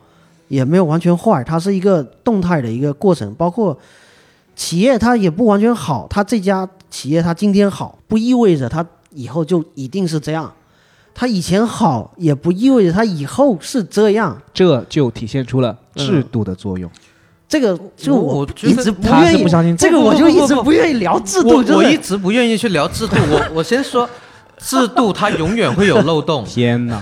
Speaker 1: 也没有完全坏，它是一个动态的一个过程。包括企业，它也不完全好，它这家企业它今天好，不意味着它以后就一定是这样。它以前好，也不意味着它以后是这样。
Speaker 4: 这就体现出了
Speaker 1: 嗯
Speaker 4: 制度的作用。
Speaker 1: 这个这个
Speaker 2: 我
Speaker 1: 我
Speaker 2: 我觉
Speaker 1: 一
Speaker 2: 得
Speaker 1: 直不
Speaker 4: 他
Speaker 1: 愿
Speaker 4: 是
Speaker 1: 意
Speaker 4: 不相信，
Speaker 1: 这个
Speaker 2: 不
Speaker 1: 我
Speaker 2: 不
Speaker 1: 就
Speaker 2: 不
Speaker 1: 一
Speaker 2: 不
Speaker 1: 直
Speaker 2: 不
Speaker 1: 不愿意聊制度，
Speaker 2: 我
Speaker 1: 真
Speaker 2: 我
Speaker 1: 的
Speaker 2: 一直不愿意去聊制度，我我先说，制度它永远会有漏 洞
Speaker 4: 天哪，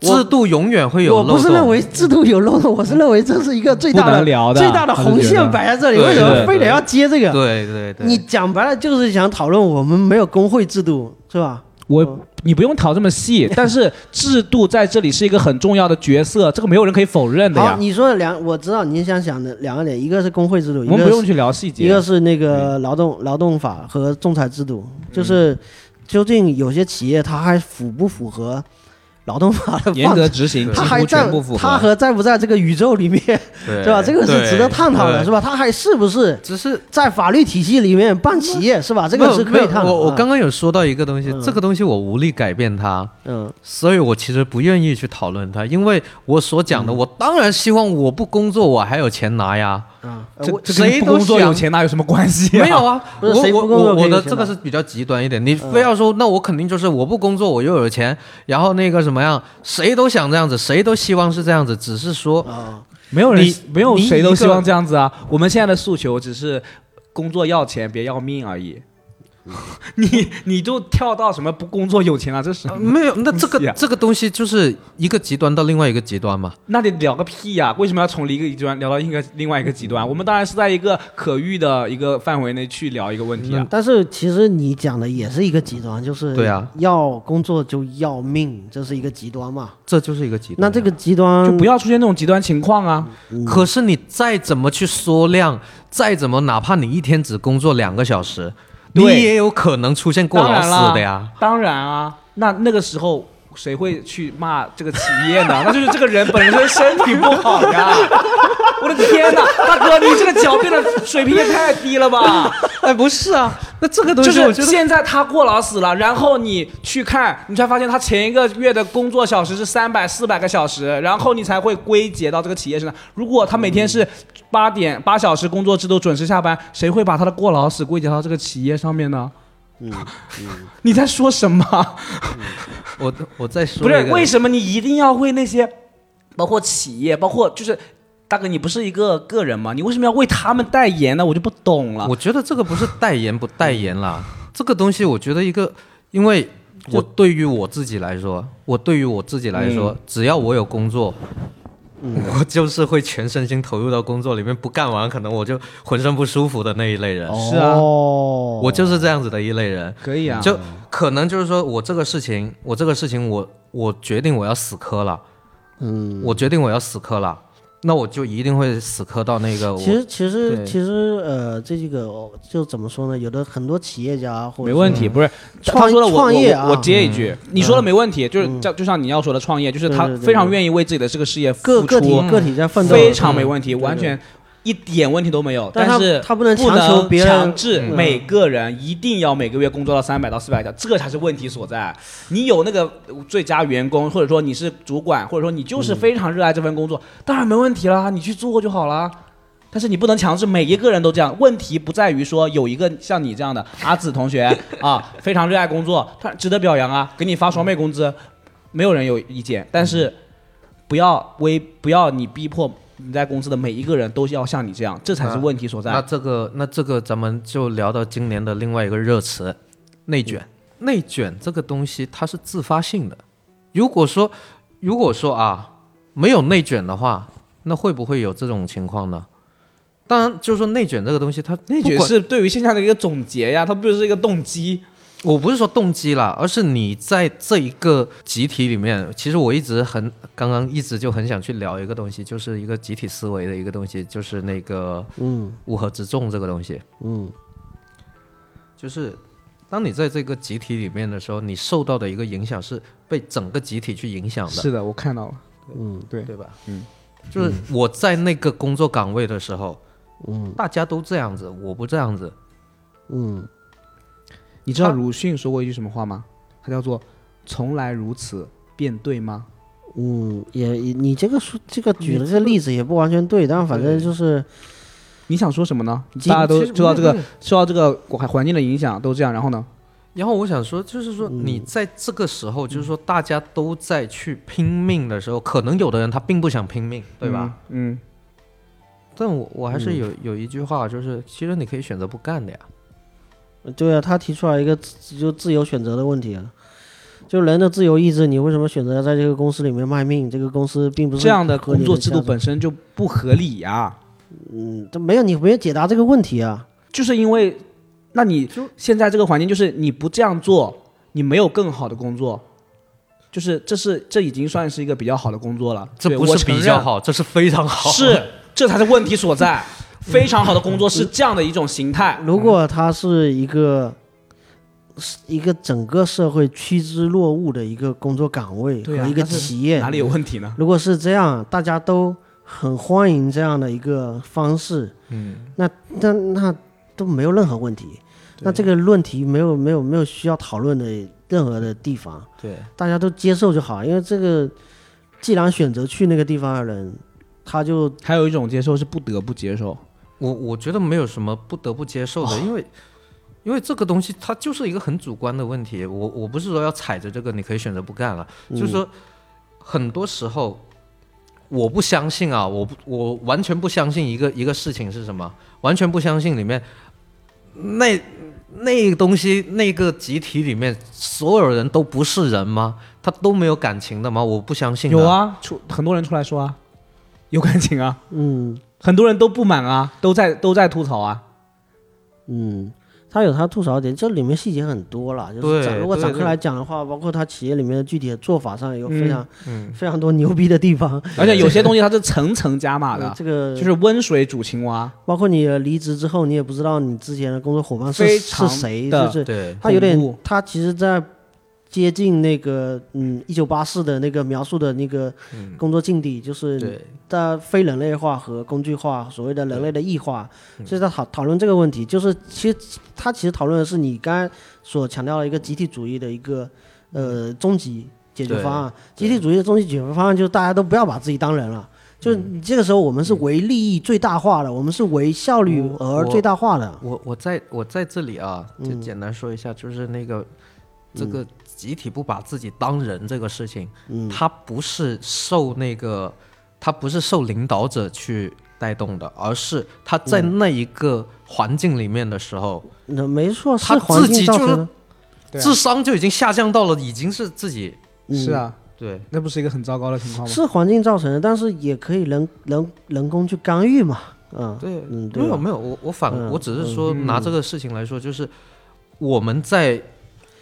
Speaker 2: 制度永远会有
Speaker 1: 我
Speaker 2: 漏洞。
Speaker 1: 不是认为制度有漏洞，我是认为这是一个最大
Speaker 4: 不
Speaker 1: 的
Speaker 4: 能聊的啊
Speaker 1: 最大的红线摆在这里，
Speaker 2: 对
Speaker 1: 为什
Speaker 4: 对
Speaker 1: 么
Speaker 4: 对
Speaker 1: 非得要接这个？
Speaker 2: 对对对，
Speaker 1: 你讲白了就是想讨论我们没有工会制度，是吧？嗯
Speaker 4: 我你不用讨这 么细，但是制度在这里是一个很重要的角色，这个没有人可以否认的
Speaker 1: 好，
Speaker 4: 呀。
Speaker 1: 你说的两，我知道你想想的两个点，一个是工会制度，一
Speaker 4: 我
Speaker 1: 个
Speaker 4: 们
Speaker 1: 是
Speaker 4: 不用去聊细
Speaker 1: 一
Speaker 4: 节
Speaker 1: 个，是那个
Speaker 2: 嗯
Speaker 1: 劳动劳动法和仲裁制度，就是究竟有些企业它还符不符合劳动法的
Speaker 4: 严
Speaker 1: 范
Speaker 4: 格
Speaker 1: 畴？
Speaker 4: 执行，
Speaker 1: 它
Speaker 4: 几
Speaker 1: 还
Speaker 4: 乎
Speaker 1: 在
Speaker 4: 全部符，
Speaker 1: 它
Speaker 4: 合。
Speaker 1: 和在不在这个宇宙里面，
Speaker 2: 对
Speaker 1: 对吧？这个是值得探讨的，是
Speaker 2: 吧？
Speaker 1: 吧？它还是不是
Speaker 2: 只是
Speaker 1: 在法律体系里面办企业是吧？这个是可
Speaker 2: 没有
Speaker 1: 以看的。
Speaker 2: 我我
Speaker 1: 啊
Speaker 2: 刚刚有说到一个东西，
Speaker 1: 嗯
Speaker 2: 这个东西我无力改变它，
Speaker 1: 嗯
Speaker 2: 所以我其实不愿意去讨论它，因为我所讲
Speaker 1: 嗯
Speaker 2: 的，我当然希望我不工作，我还有钱拿呀。
Speaker 1: 啊，呃
Speaker 4: 这
Speaker 1: 我
Speaker 4: 这跟
Speaker 2: 谁
Speaker 4: 不
Speaker 2: 都
Speaker 4: 工作有
Speaker 2: 想
Speaker 4: 钱哪有什么关系啊？
Speaker 2: 没有啊，
Speaker 1: 不是嗯
Speaker 2: 我
Speaker 1: 谁
Speaker 2: 我
Speaker 1: 不工作
Speaker 2: 我
Speaker 1: 可以
Speaker 2: 我的
Speaker 1: 有钱
Speaker 2: 这个
Speaker 1: 拿
Speaker 2: 是比较极端一点，你非要说那我肯定就是我不工作我又有钱，然后那个什么样，谁都想这样子，谁都希望是这样子，只是说
Speaker 1: 啊，
Speaker 4: 没有人
Speaker 2: 你，
Speaker 4: 没有
Speaker 2: 你
Speaker 4: 谁都
Speaker 2: 一个
Speaker 4: 希望这样子啊。我们现在的诉求只是工作要钱，别要命而已。 你你就跳到什么不工作有钱啊？这是
Speaker 2: 没有，那这
Speaker 4: 东西
Speaker 2: 个
Speaker 4: 啊
Speaker 2: 这个东西就是一个极端到另外一个极端嘛。
Speaker 4: 那得聊个屁呀、为什么要从一个极端聊到一个另外一个极端？我们当然是在一个可遇的一个范围内去聊一个问题啊。
Speaker 1: 但是其实你讲的也是一个极端，就是
Speaker 2: 对啊，
Speaker 1: 要工作就要命，这是一个极端嘛。
Speaker 2: 这就是一个极端。啊
Speaker 1: 那这个极端
Speaker 4: 就不要出现那种极端情况啊！
Speaker 2: 可是你再怎么去缩量，再怎么哪怕你一天只工作两个小时，你
Speaker 4: 对
Speaker 2: 也有可能出现过
Speaker 4: 当
Speaker 2: 劳
Speaker 4: 然
Speaker 2: 死
Speaker 4: 啦
Speaker 2: 的呀。
Speaker 4: 当然啊，那那个时候谁会去骂这个企业 呢？那就是这个人本身身体不好呀！我的天哪，大哥，你这个狡辩的水平也太低了吧！
Speaker 2: 哎，不是啊，那这个东
Speaker 4: 就
Speaker 2: 西我
Speaker 4: 是
Speaker 2: 觉得
Speaker 4: 现在他过劳死了，然后你去看，你才发现他前一个月的工作小时是三百、四百个小时，然后你才会归结到这个企业身上。如果他每天是八点八小时工作制度，准时下班，谁会把他的过劳死归结到这个企业上面呢？
Speaker 2: 嗯
Speaker 4: 你在说什么？
Speaker 2: 我我再说
Speaker 4: 不是
Speaker 2: 一个
Speaker 4: 为什么你一定要为那些，包括企业，包括就是大哥，你不是一个个人吗？你为什么要为他们代言呢？我就不懂了。
Speaker 2: 我觉得这个不是代言不代言啦， 这个东西我觉得一个，因为我对于我自己来说，我对于我自己来说，只要我有工作。 我就是会全身心投入到工作里面，不干完可能我就浑身不舒服的那一类人，
Speaker 4: 是啊
Speaker 1: 哦、
Speaker 2: 我就是这样子的一类人。
Speaker 4: 可以啊，
Speaker 2: 就可能就是说我这个事情，我这个事情我，我决定我要死磕了，嗯，我决定我要死磕了，那我就一定会死磕到那个我。
Speaker 1: 其实其实
Speaker 2: 对
Speaker 1: 其实呃，这个哦就怎么说呢？有的很多企业家或者
Speaker 4: 没问题，
Speaker 1: 说
Speaker 4: 不是
Speaker 1: 创
Speaker 4: 他说的我
Speaker 1: 创业啊嗯
Speaker 4: 我我接一句，你说的没问题，就是就就像你要说的创业，就是他
Speaker 1: 对对对
Speaker 4: 非常愿意为自己的这个事业付
Speaker 1: 个个体
Speaker 4: 出，嗯
Speaker 1: 个体在奋斗，嗯
Speaker 4: 非常没问题，
Speaker 1: 对对
Speaker 4: 完全一点问题都没有。
Speaker 1: 但他
Speaker 4: 是
Speaker 1: 他不
Speaker 4: 不
Speaker 1: 能强求别人
Speaker 4: 强制
Speaker 1: 嗯
Speaker 4: 每个人一定要每个月工作到三百到四百小时，这才是问题所在。你有那个最佳员工，或者说你是主管，或者说你
Speaker 1: 嗯
Speaker 4: 就是非常热爱这份工作，当然没问题啦，你去做就好啦。但是你不能强制每一个人都这样。问题不在于说有一个像你这样的阿紫同学啊，非常热爱工作，他值得表扬啊，给你发双倍工资，没有人有意见。但是不要威，不要你逼迫你在公司的每一个人都要像你这样，这才是问题所在。
Speaker 2: 那这个那这个咱们就聊到今年的另外一个热词，内卷。嗯内卷这个东西它是自发性的，如果说如果说啊没有内卷的话，那会不会有这种情况呢？当然，就是说内卷这个东西它不管，
Speaker 4: 内卷是对于现象的一个总结呀，它不是一个动机。
Speaker 2: 我不是说动机啦，而是你在这一个集体里面，其实我一直很刚刚一直就很想去聊一个东西，就是一个集体思维的一个东西，就是那个
Speaker 1: 嗯
Speaker 2: 乌合之众这个东西，
Speaker 1: 嗯
Speaker 2: 就是当你在这个集体里面的时候，你受到的一个影响是被整个集体去影响的，
Speaker 4: 的，我看到了。
Speaker 1: 嗯
Speaker 4: 对
Speaker 2: 对吧？嗯，就是我在那个工作岗位的时候，
Speaker 1: 嗯
Speaker 2: 大家都这样子，我不这样子，
Speaker 1: 嗯，
Speaker 4: 你知道
Speaker 2: 他
Speaker 4: 鲁迅说过一句什么话吗？他叫做“从来如此，便对吗
Speaker 1: 嗯，也也你这个说这个举的这个例子也不完全对，但反正就是”？
Speaker 4: 你想说什么呢？
Speaker 1: 其
Speaker 4: 大家都
Speaker 2: 其实
Speaker 4: 受到这个
Speaker 2: 没有
Speaker 4: 受到这个环环境的影响，都这样。然后呢？
Speaker 2: 然后我想说，就是说
Speaker 4: 嗯
Speaker 2: 你在这个时候，就是说大家都在去拼命的时候，可能有的人他并不想拼命，对吧？？
Speaker 4: 嗯，
Speaker 2: 但我我还是有有一句话，就是其实你可以选择不干的呀。
Speaker 1: 对啊，他提出来一个自就自由选择的问题啊，就人的自由意志，你为什么选择在这个公司里面卖命？这个公司并不是
Speaker 4: 这样的
Speaker 1: 和你
Speaker 4: 工作
Speaker 1: 的
Speaker 4: 制
Speaker 1: 价
Speaker 4: 度
Speaker 1: 值
Speaker 4: 本身就不合理呀、
Speaker 1: 嗯，这没有你没有解答这个问题啊。
Speaker 4: 就是因为，那你现在这个环境就是你不这样做，你没有更好的工作，就是这是这已经算是一个比较好的工作了。
Speaker 2: 这
Speaker 4: 对
Speaker 2: 不
Speaker 4: 我
Speaker 2: 是
Speaker 4: 承
Speaker 2: 比
Speaker 4: 认
Speaker 2: 较好，这是非常好。
Speaker 4: 是这才是问题所在。非常好的工作是这样的一种形态，
Speaker 1: 如果它是一个是一个整个社会趋之若鹜的一个工作岗位和
Speaker 4: 对啊
Speaker 1: 一个
Speaker 4: 但是
Speaker 1: 企
Speaker 2: 嗯
Speaker 1: 业，
Speaker 4: 哪里有问题呢？
Speaker 1: 如果是这样，大家都很欢迎这样的一个方式，嗯，那那那都没有任何问题。那这个论题没有没有没有需要讨论的任何的地方，
Speaker 2: 对，
Speaker 1: 大家都接受就好。因为这个，既然选择去那个地方的人，他就
Speaker 4: 还有一种接受是不得不接受，
Speaker 2: 我我觉得没有什么不得不接受的，
Speaker 4: 哦
Speaker 2: 因为因为这个东西它就是一个很主观的问题。我我不是说要踩着这个，你可以选择不干了，
Speaker 4: 嗯
Speaker 2: 就是说很多时候我不相信啊，我不我完全不相信一个一个事情是什么，完全不相信里面那那个东西那个集体里面所有人都不是人吗？他都没有感情的吗？我不相信。
Speaker 4: 有，啊，出很多人出来说啊，有感情啊，
Speaker 1: 嗯
Speaker 4: 很多人都不满啊，都在都在吐槽啊。
Speaker 1: 嗯，他有他吐槽的点，这里面细节很多了。就是
Speaker 2: 对
Speaker 1: 展如果
Speaker 2: 对
Speaker 1: 展开
Speaker 2: 对
Speaker 1: 来讲的话，包括他企业里面的具体的做法上，有非常、
Speaker 2: 嗯，
Speaker 1: 非常多牛逼的地方。
Speaker 4: 而且有些东西它是层层加码
Speaker 1: 呃
Speaker 4: 的，
Speaker 1: 这个
Speaker 4: 就是温水煮青蛙，
Speaker 1: 包括你离职之后，你也不知道你之前的工作伙伴是
Speaker 4: 非
Speaker 1: 是
Speaker 4: 常
Speaker 1: 谁，
Speaker 4: 的
Speaker 1: 就是
Speaker 2: 对，
Speaker 1: 他有
Speaker 4: 恐
Speaker 1: 点
Speaker 4: 怖，
Speaker 1: 他其实，在接近那个嗯一九八四的那个描述的那个工作境地，就是
Speaker 2: 对
Speaker 1: 在非人类化和工具化，所谓的人类的异化，
Speaker 2: 嗯
Speaker 1: 所以他讨讨论这个问题，就是其实他其实讨论的是你刚才所强调的一个集体主义的一个
Speaker 2: 嗯
Speaker 1: 呃终极解决方案，集体主义的终极解决方案就是大家都不要把自己当人了。
Speaker 2: 嗯
Speaker 1: 就是你这个时候，我们是为利益最大化的，我们是为效率而最大化的。
Speaker 2: 我我在我在这里啊，就
Speaker 1: 嗯
Speaker 2: 简单说一下，就是那个这个集体不把自己当人这个事情，
Speaker 1: 嗯
Speaker 2: 它不是受那个，它不是受领导者去带动的，而是他在
Speaker 1: 嗯
Speaker 2: 那一个环境里面的时候，
Speaker 1: 那没错，是
Speaker 2: 他
Speaker 1: 环
Speaker 2: 自
Speaker 1: 境
Speaker 2: 己
Speaker 1: 造
Speaker 2: 就
Speaker 1: 成的
Speaker 2: 是。
Speaker 4: 啊
Speaker 2: 智商就已经下降到了已经是自己
Speaker 4: 是啊，
Speaker 2: 对
Speaker 4: 那不是一个很糟糕的情况
Speaker 1: 嗯
Speaker 4: 吗？
Speaker 1: 是环境造成的，但是也可以人人人工去干预嘛，嗯，
Speaker 2: 对
Speaker 1: 嗯对
Speaker 2: 没有
Speaker 1: 吧
Speaker 2: 没有，我我反、
Speaker 1: 嗯
Speaker 2: 我只是说拿这个事情来说，就是我们在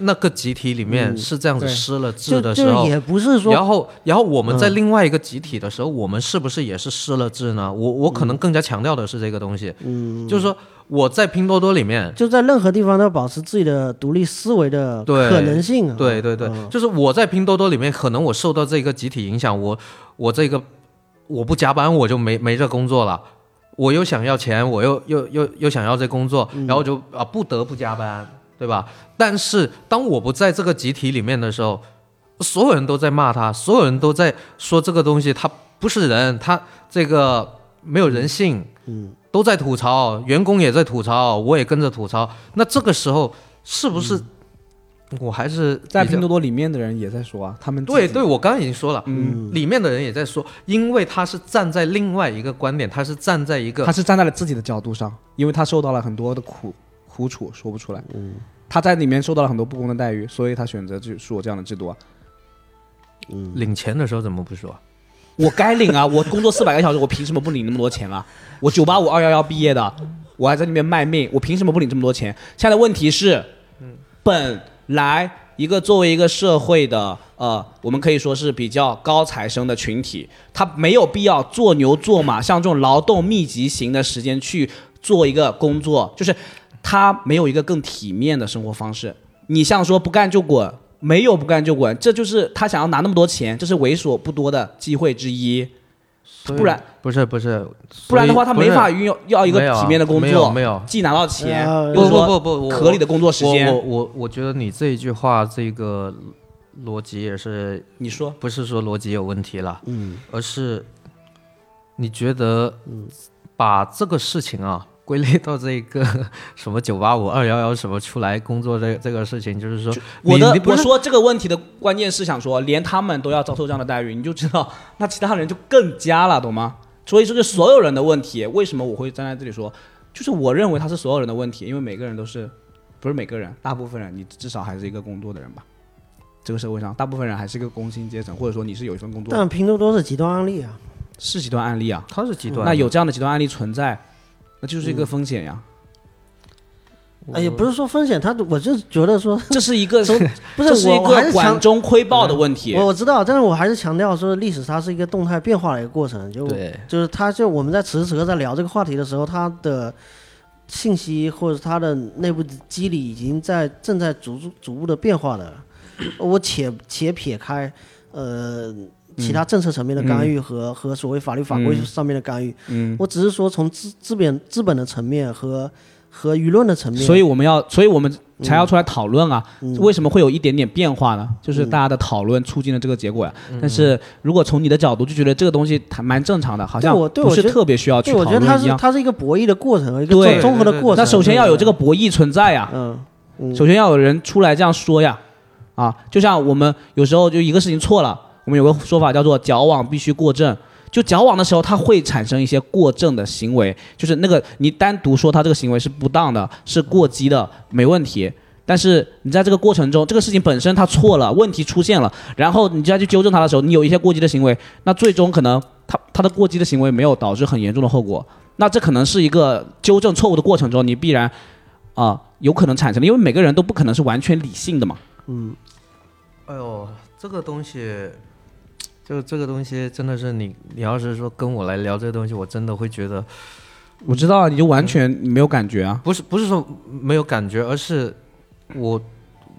Speaker 2: 那个集体里面是这样子
Speaker 4: 对
Speaker 2: 失了智
Speaker 1: 嗯就
Speaker 2: 的时
Speaker 1: 就
Speaker 2: 候，
Speaker 1: 也不是说
Speaker 2: 然后，然后我们在另外一个集体的时候，我们是不是也是失了智呢？我我可能更加强调的是这个东西，嗯，就是说我在拼多多里面，
Speaker 1: 就在任何地方都要保持自己的独立思维的
Speaker 2: 对
Speaker 1: 可能性啊，
Speaker 2: 对对对，就是我在拼多多里面，可能我受到这个集体影响，我我这个我不加班我就没没这工作了。我又想要钱，我又又又又想要这工作，然后就啊不得不加班，对吧？但是当我不在这个集体里面的时候，所有人都在骂他，所有人都在说这个东西他不是人，他这个没有人性，嗯，都在吐槽，员工也在吐槽，我也跟着吐槽。那这个时候是不是、我还是比
Speaker 4: 嗯在
Speaker 2: 较
Speaker 4: 拼多多里面的人也在说啊，他们自己
Speaker 2: 对对，我刚刚已经说了，嗯，里面的人也在说，因为他是站在另外一个观点，他是站在一
Speaker 4: 他
Speaker 2: 个
Speaker 4: 是站在了自己的角度上，因为他受到了很多的苦苦楚，说不出来。嗯，他在里面受到了很多不公的待遇，所以他选择去说这样的制度啊。
Speaker 2: 领钱的时候怎么不说？
Speaker 4: 我该领啊， 我工作四百个小时，我凭什么不领那么多钱啊？我九八五二幺幺毕业的，我还在那边卖命，我凭什么不领这么多钱？现在问题是，本来一个作为一个社会的呃，我们可以说是比较高材生的群体，他没有必要做牛做马，像这种劳动密集型的时间去做一个工作，就是他没有一个更体面的生活方式。你像说不干就滚，没有不干就滚，这就是他想要拿那么多钱，这是为数不多的机会之一。不然
Speaker 2: 不是不是，
Speaker 4: 不然的话，他
Speaker 2: 所以
Speaker 4: 没法
Speaker 2: 不是
Speaker 4: 拥有要一个
Speaker 2: 没有啊
Speaker 4: 体面的工
Speaker 2: 没
Speaker 4: 作，
Speaker 2: 有没有
Speaker 4: 既拿到钱，
Speaker 1: 呃
Speaker 4: 又
Speaker 2: 不
Speaker 4: 说
Speaker 2: 不不不，
Speaker 4: 合理的工作时间
Speaker 2: 我我我我觉得你这一句话这个逻辑也是
Speaker 4: 你说
Speaker 2: 不是说逻辑有问题了，嗯，而是你觉得
Speaker 4: 嗯
Speaker 2: 把这个事情啊归类到这个 什么九八五二幺幺什么出来工作这这个事情，就是说
Speaker 4: 我
Speaker 2: 你
Speaker 4: 的
Speaker 2: 你不
Speaker 4: 我
Speaker 2: 是
Speaker 4: 说这个问题的关键是想说，连他们都要遭受这样的待遇，你就知道那其他人就更加了，懂吗？所以这是所有人的问题。为什么我会站在这里说，就是我认为他是所有人的问题，因为每个人都是，不是每个人，大部分人你至少还是一个工作的人吧。这个社会上，大部分人还是一个工薪阶层，或者说你是有一份工作，
Speaker 1: 但拼多多是极端案例啊，
Speaker 4: 是极端案例啊。
Speaker 2: 他是极端的，
Speaker 4: 那有这样的极端案例存在，那就是一个风险呀、 嗯
Speaker 1: 哎，也不是说风险，他我就觉得说，
Speaker 4: 这是一个
Speaker 1: 不
Speaker 4: 这是
Speaker 1: 是
Speaker 4: 一
Speaker 1: 我我还
Speaker 4: 个
Speaker 1: 是
Speaker 4: 管
Speaker 1: 强，
Speaker 4: 中窥豹
Speaker 2: 嗯
Speaker 4: 的问题
Speaker 1: 我。我知道，但是我还是强调说，历史它是一个动态变化的一个过程，就
Speaker 2: 对
Speaker 1: 就是它就我们在此时此刻在聊这个话题的时候，它的信息或者它的内部机理已经在正在逐逐逐步的变化的。我且且撇开呃其
Speaker 4: 嗯
Speaker 1: 他政策层面的干预和、和所谓法律法规上面的干预，嗯、我只是说从资资本资本的层面和和舆论的层面，嗯
Speaker 4: 所以我们要，所以我们才要出来讨论啊，为什么会有一点点变化呢？就是大家的讨论促进了这个结果呀、
Speaker 1: 嗯
Speaker 4: 但是如果从你的角度就觉得这个东西还蛮正常的，好像
Speaker 1: 对我对我
Speaker 4: 不是
Speaker 1: 觉得
Speaker 4: 特别需要去
Speaker 1: 对
Speaker 4: 讨
Speaker 1: 我觉得
Speaker 4: 论
Speaker 1: 它
Speaker 4: 一
Speaker 1: 是
Speaker 4: 样。
Speaker 1: 它是一个博弈的过程，一个
Speaker 4: 对
Speaker 1: 综综合的
Speaker 2: 对对
Speaker 1: 过程。
Speaker 4: 那首先要有这个博弈存在呀、
Speaker 1: 嗯。嗯
Speaker 4: 首先要有人出来这样说呀，啊，就像我们有时候就一个事情错了，我们有个说法叫做矫枉必须过正，就矫枉的时候，它会产生一些过正的行为，就是那个你单独说他这个行为是不当的，是过激的，没问题。但是你在这个过程中，这个事情本身它错了，问题出现了，然后你再去纠正它的时候，你有一些过激的行为，那最终可能他他的过激的行为没有导致很严重的后果，那这可能是一个纠正错误的过程中，你必然啊、有可能产生的，因为每个人都不可能是完全理性的嘛。
Speaker 2: 哎呦，这个东西，就这个东西真的是你，你要是说跟我来聊这个东西，我真的会觉得
Speaker 4: 我知道啊，你就完全没有感觉啊。
Speaker 2: 不是不是说没有感觉，而是我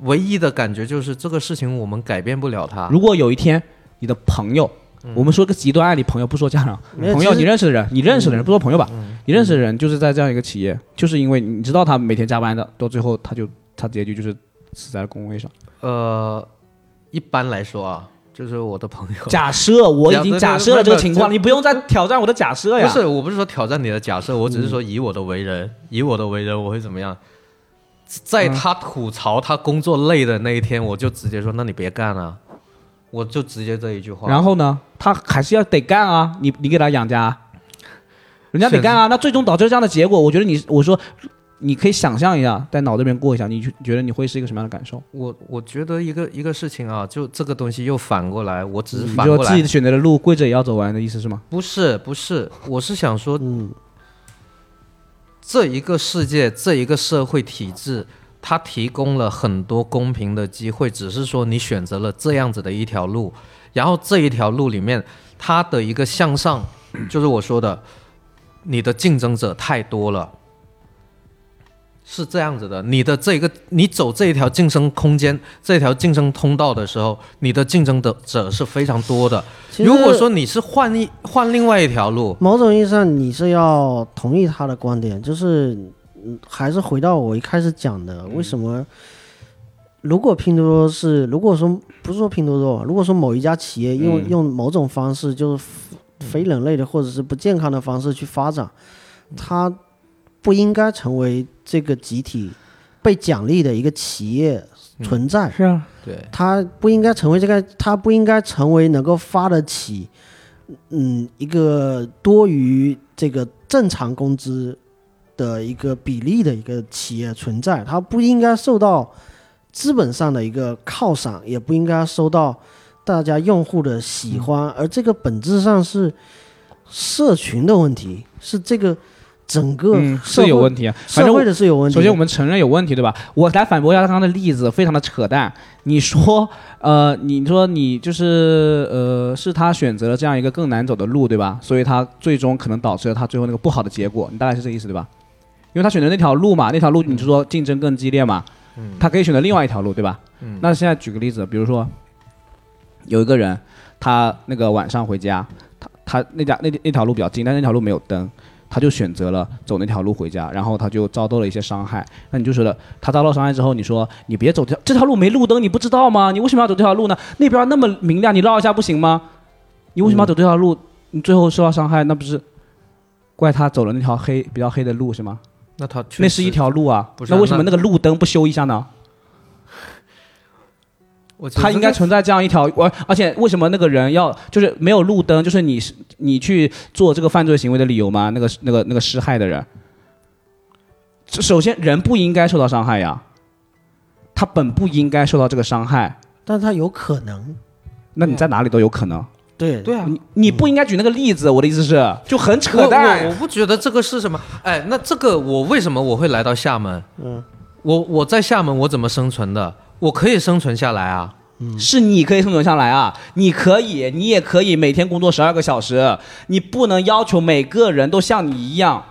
Speaker 2: 唯一的感觉就是这个事情我们改变不了
Speaker 1: 啊
Speaker 2: 它。
Speaker 4: 如果有一天你的朋友，我们说个极端案例，朋友不说家长，
Speaker 1: 嗯没有
Speaker 4: 朋友
Speaker 1: 其实嗯
Speaker 4: 你认识的人，你认识的人不说朋友吧，你认识的人就是在这样一个企业，就是因为你知道他每天加班的，到最后他就他结局就是死在了工位上。
Speaker 2: 呃，一般来说啊，就是我的朋友，
Speaker 4: 假设我已经假设了这个情况，
Speaker 2: 不
Speaker 4: 你不用再挑战我的假设呀。嗯
Speaker 2: 不是，我不是说挑战你的假设，我只是说以我的为人，以我的为人，我会怎么样？在
Speaker 4: 嗯
Speaker 2: 他吐槽他工作累的那一天，我就直接说：“那你别干了、我就直接这一句话。
Speaker 4: 然后呢，他还是要得干啊，你你给他养家啊、人家得干啊，那最终导致这样的结果，我觉得你我说你可以想象一下，在脑子里面过一下，你觉得你会是一个什么样的感受？
Speaker 2: 我我觉得一个一个事情啊，就这个东西又反过来，我只是
Speaker 4: 你
Speaker 2: 反
Speaker 4: 就
Speaker 2: 过
Speaker 4: 自己
Speaker 2: 来，
Speaker 4: 选择的路跪着也要走完的意思是吗？
Speaker 2: 不是不是，我是想说，
Speaker 1: 嗯，
Speaker 2: 这一个世界，这一个社会体制，它提供了很多公平的机会，只是说你选择了这样子的一条路，然后这一条路里面，它的一个向上，就是我说的，你的竞争者太多了。是这样子的，你的这个你走这一条晋升空间、这条晋升通道的时候，你的竞争的者是非常多的。
Speaker 1: 其实
Speaker 2: 如果说你是换一换另外一条路，
Speaker 1: 某种意义上你是要同意他的观点，就是嗯还是回到我一开始讲的，为什么？如果拼多多是，如果说不是说拼多多吧，如果说某一家企业用、用某种方式，就是非人类的或者是不健康的方式去发展，它不应该成为这个集体被奖励的一个企业存在。
Speaker 4: 是啊，
Speaker 2: 对，
Speaker 1: 他不应该成为这个，他不应该成为能够发得起，嗯，一个多于这个正常工资的一个比例的一个企业存在，它不应该受到资本上的一个犒赏，也不应该受到大家用户的喜欢，而这个本质上是社群的问题，是这个整个
Speaker 4: 嗯，
Speaker 1: 社
Speaker 4: 是
Speaker 1: 会、
Speaker 4: 有问题啊。反
Speaker 1: 社
Speaker 4: 正
Speaker 1: 会
Speaker 4: 我
Speaker 1: 的是有问题的。
Speaker 4: 首先我们承认有问题，对吧？我来反驳一下他刚刚的例子，非常的扯淡。你说， 呃，你说你就是呃，是他选择了这样一个更难走的路，对吧？所以他最终可能导致了他最后那个不好的结果，你大概是这个意思，对吧？因为他选择那条路嘛，
Speaker 1: 嗯
Speaker 4: 那条路你就说竞争更激烈嘛，他可以选择另外一条路，对吧？那现在举个例子，比如说有一个人，他那个晚上回家，他他那家那那条路比较近，但那条路没有灯，他就选择了走那条路回家，然后他就遭到了一些伤害。那你就觉得他遭到伤害之后，你说你别走这条这条路没路灯，你不知道吗？你为什么要走这条路呢？那边那么明亮，你绕一下不行吗？你
Speaker 2: 嗯
Speaker 4: 为什么要走这条路？你最后受到伤害，那不是怪他走了那条黑比较黑的路是吗？
Speaker 2: 那他确
Speaker 4: 那是
Speaker 2: 实
Speaker 4: 一条路啊，
Speaker 2: 不是啊
Speaker 4: 那为什么
Speaker 2: 那
Speaker 4: 那个路灯不修一下呢？
Speaker 2: 我觉得
Speaker 4: 它应该
Speaker 2: 这个
Speaker 4: 存在这样一条，而而且为什么那个人要就是没有路灯，就是你是你去做这个犯罪行为的理由吗？那个那个那个施害的人，这首先人不应该受到伤害呀，他本不应该受到这个伤害，
Speaker 1: 但他有可能，
Speaker 4: 那你在哪里都有可能。
Speaker 1: 对
Speaker 2: 对啊，
Speaker 4: 你你不应该举那个例子，我的意思是就很扯
Speaker 2: 我我
Speaker 4: 淡
Speaker 2: 我。不觉得这个是什么。哎，那这个我为什么我会来到厦门？嗯，我我在厦门我怎么生存的？我可以生存下来啊。
Speaker 4: 是你可以生存下来啊，你可以，你也可以每天工作十二个小时，你不能要求每个人都像你一样。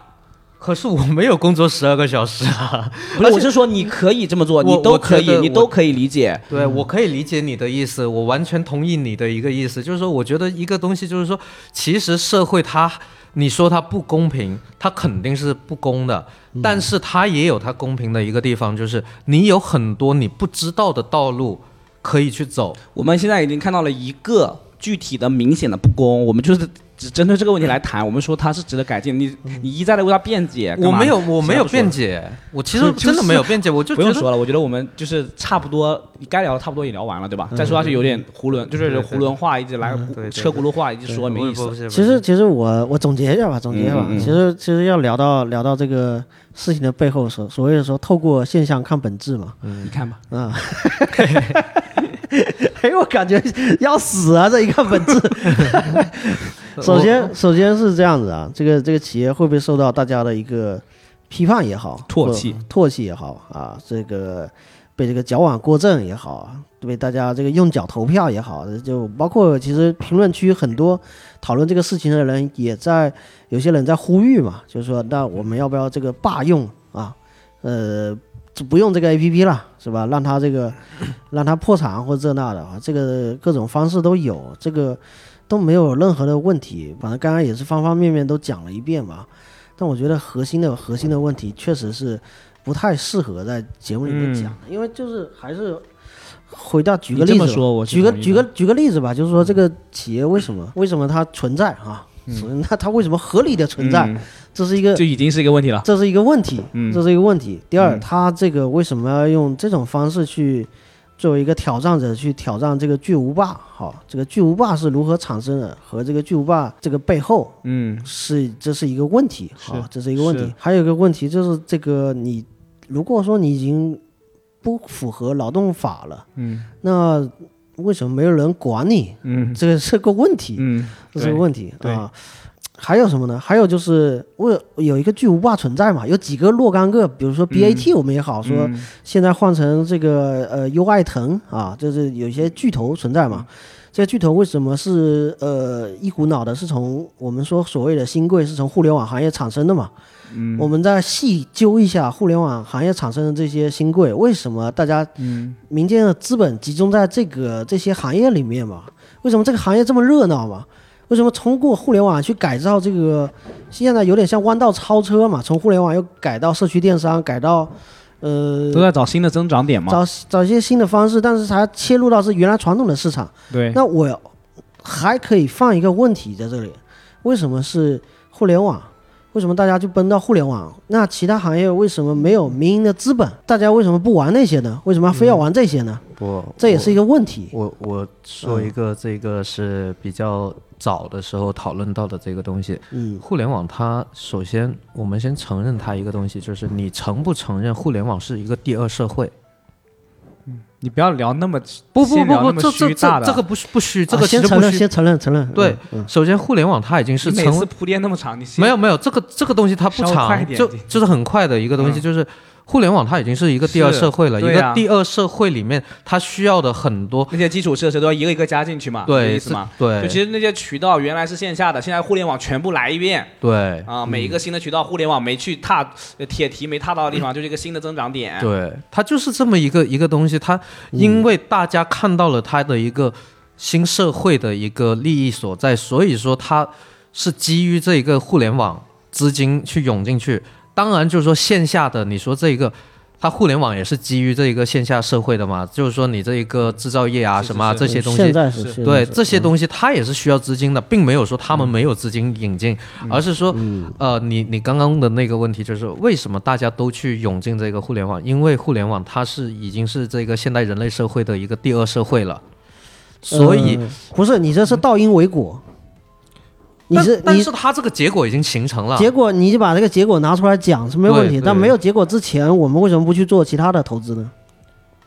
Speaker 2: 可是我没有工作十二个小时啊，
Speaker 4: 不是，我是说你可以这么做，
Speaker 2: 我
Speaker 4: 你都
Speaker 2: 我
Speaker 4: 可
Speaker 2: 觉
Speaker 4: 以，
Speaker 2: 得
Speaker 4: 你
Speaker 2: 我
Speaker 4: 都可以理解。
Speaker 2: 对，我可以理解你的意思，我完全同意你的一个意思，就是说，我觉得一个东西就是说，其实社会它，你说它不公平，它肯定是不公的，但是它也有它公平的一个地方，就是你有很多你不知道的道路可以去走，
Speaker 4: 我们现在已经看到了一个具体的、明显的不公，我们就是只针对这个问题来谈，我们说它是值得改进。你你一再的为它辩解，干
Speaker 2: 嗯我
Speaker 4: 嘛
Speaker 2: 没有，
Speaker 4: 呢
Speaker 2: 我没有辩。
Speaker 4: 实
Speaker 2: 解，我其实真的没有辩解，我就
Speaker 4: 在不说
Speaker 2: 觉得
Speaker 4: 了不用说了，我觉得我们就是差不多，该聊的差不多也聊完了，对吧？再说下去有点囫囵，就
Speaker 2: 对
Speaker 4: 是
Speaker 2: 对嗯
Speaker 4: 囫囵话，一直来
Speaker 2: 对对
Speaker 4: 车轱辘话，一直说没意思。
Speaker 1: 其实，其实我我总结一下吧，总结一下吧。
Speaker 4: 嗯嗯嗯
Speaker 1: 其实，其实要聊到聊到这个事情的背后的时候，所谓的说透过现象看本质嘛。
Speaker 2: 嗯
Speaker 4: 你看吧，
Speaker 1: 啊、 哎，我感觉要死啊！这一看本 质，首先，首先是这样子啊，这个这个企业会不会受到大家的一个批判也好，
Speaker 4: 唾弃
Speaker 1: 或唾弃也好啊，这个被这个矫枉过正也好啊，被大家这个用脚投票也好，就包括其实评论区很多讨论这个事情的人也在，有些人在呼吁嘛，就是说那我们要不要这个罢用啊？呃，就不用这个 A P P 了，是吧？让它这个让它破产或者这那的啊，这个各种方式都有，这个。都没有任何的问题。反正刚刚也是方方面面都讲了一遍嘛。但我觉得核心的核心的问题确实是不太适合在节目里面讲，因为就是还是回到举个
Speaker 4: 嗯你这
Speaker 1: 例
Speaker 4: 么
Speaker 1: 子吧，
Speaker 4: 说我是
Speaker 1: 举个
Speaker 4: 同意的嗯
Speaker 1: 举个举个例子吧，就是说这个企业为什么为什么它存在啊？那它为什么合理的存在？
Speaker 4: 嗯
Speaker 1: 这是一个
Speaker 4: 就已经是一个问题了。
Speaker 1: 这是一个问题，
Speaker 4: 嗯
Speaker 1: 这是一个问题。第二，
Speaker 4: 嗯
Speaker 1: 他这个为什么要用这种方式去作为一个挑战者去挑战这个巨无霸？好，这个巨无霸是如何产生的？和这个巨无霸这个背后
Speaker 4: 嗯，
Speaker 1: 是这是一个问题，好
Speaker 4: 是，
Speaker 1: 这是一个问题
Speaker 4: 是。
Speaker 1: 还有一个问题就是这个你如果说你已经不符合劳动法了，
Speaker 4: 嗯，
Speaker 1: 那为什么没有人管你？
Speaker 4: 嗯
Speaker 1: 这个是个问题，
Speaker 4: 嗯，
Speaker 1: 这是个
Speaker 4: 对
Speaker 1: 问题
Speaker 4: 对
Speaker 1: 啊。还有什么呢？还有就是为有一个巨无霸存在嘛，有几个若干个，比如
Speaker 4: 嗯
Speaker 1: 说 BAT 我们也好说，现在换成这个呃优爱腾啊，就是有一
Speaker 4: 嗯
Speaker 1: 些巨头存在嘛。这些巨头为什么是呃一股脑的是从我们说所谓的新贵是从互联网行业产生的嘛？嗯，我们再细究一下互联网行业产生的这些新贵，为什么大家民间的资本集中在这个这些行业里面嘛？为什么这个行业这么热闹嘛？为什么通过互联网去改造这个？现在有点像弯道超车嘛，从互联网又改到社区电商，改到呃
Speaker 4: 都在找新的增长点嘛。
Speaker 1: 找找一些新的方式，但是它切入到是原来传统的市场。
Speaker 4: 对，
Speaker 1: 那我还可以放一个问题在这里：为什么是互联网？为什么大家就奔到互联网？那其他行业为什么没有民营的资本？大家为什么不玩那些呢？为什么非要玩这些呢？
Speaker 2: 我
Speaker 1: 这也是一个问题。
Speaker 2: 我我说一个，这个是比较早的时候讨论到的这个东西。
Speaker 1: 嗯
Speaker 2: 互联网它首先，我们先承认它一个东西，就是你承不承认互联网是一个第二社会？
Speaker 4: 你不要聊那么
Speaker 2: 不不
Speaker 4: 先
Speaker 2: 不
Speaker 4: 聊
Speaker 2: 不，
Speaker 4: 那么
Speaker 2: 这这
Speaker 4: 虚大
Speaker 2: 这这
Speaker 4: 的
Speaker 2: 个不是不虚，这
Speaker 1: 啊
Speaker 2: 个其
Speaker 1: 先
Speaker 2: 实
Speaker 1: 承
Speaker 2: 不
Speaker 1: 认，
Speaker 2: 虚。
Speaker 1: 先承认，承认。
Speaker 2: 对
Speaker 1: 嗯，嗯
Speaker 2: 首先互联网它已经是
Speaker 4: 你
Speaker 2: 成
Speaker 4: 每
Speaker 2: 为
Speaker 4: 次铺垫那么长，你先
Speaker 2: 没有没有，这个这个东西它不
Speaker 4: 稍微快一
Speaker 2: 长，
Speaker 4: 点
Speaker 2: 就
Speaker 4: 点
Speaker 2: 就是很快的一个东西，
Speaker 4: 嗯
Speaker 2: 就是互联网它已经是一个第二
Speaker 4: 是
Speaker 2: 社会了，一
Speaker 4: 对
Speaker 2: 个
Speaker 4: 啊
Speaker 2: 第二社会里面它需要的很多，
Speaker 4: 那些基础设施都要一个一个加进去嘛，这个
Speaker 2: 对
Speaker 4: 意思嘛。
Speaker 2: 对
Speaker 4: 就其实那些渠道原来是线下的，现在互联网全部来一遍
Speaker 2: 对
Speaker 4: 啊、每一个新的渠道，互联网没去踏呃铁蹄没踏到的地方，就是一个新的增长点。
Speaker 2: 对，它就是这么一个一个东西，它因为大家看到了它的一个新社会的一个利益所在，所以说它是基于这一个互联网资金去涌进去。当然，就是说线下的，你说这一个。它互联网也是基于这一个线下社会的嘛，就是说你这一个制造业啊
Speaker 4: 是
Speaker 2: 什么啊
Speaker 4: 是
Speaker 2: 这些东西
Speaker 1: 现，在是现在
Speaker 2: 对
Speaker 1: 是嗯
Speaker 2: 这些东西，它也是需要资金的，并没有说他们没有资金引进，
Speaker 1: 嗯
Speaker 2: 而是说，呃，你你刚刚的那个问题就是为什么大家都去涌进这个互联网？因为互联网它是已经是这个现代人类社会的一个第二社会了，所以，
Speaker 1: 呃不是你这是倒因为果，你
Speaker 2: 但
Speaker 1: 是啊
Speaker 2: 但
Speaker 1: 你
Speaker 2: 是它这个结果已经形成了，
Speaker 1: 结果你就把这个结果拿出来讲是没有问题，
Speaker 2: 对对
Speaker 1: 但没有结果之前，我们为什么不去做其他的投资呢？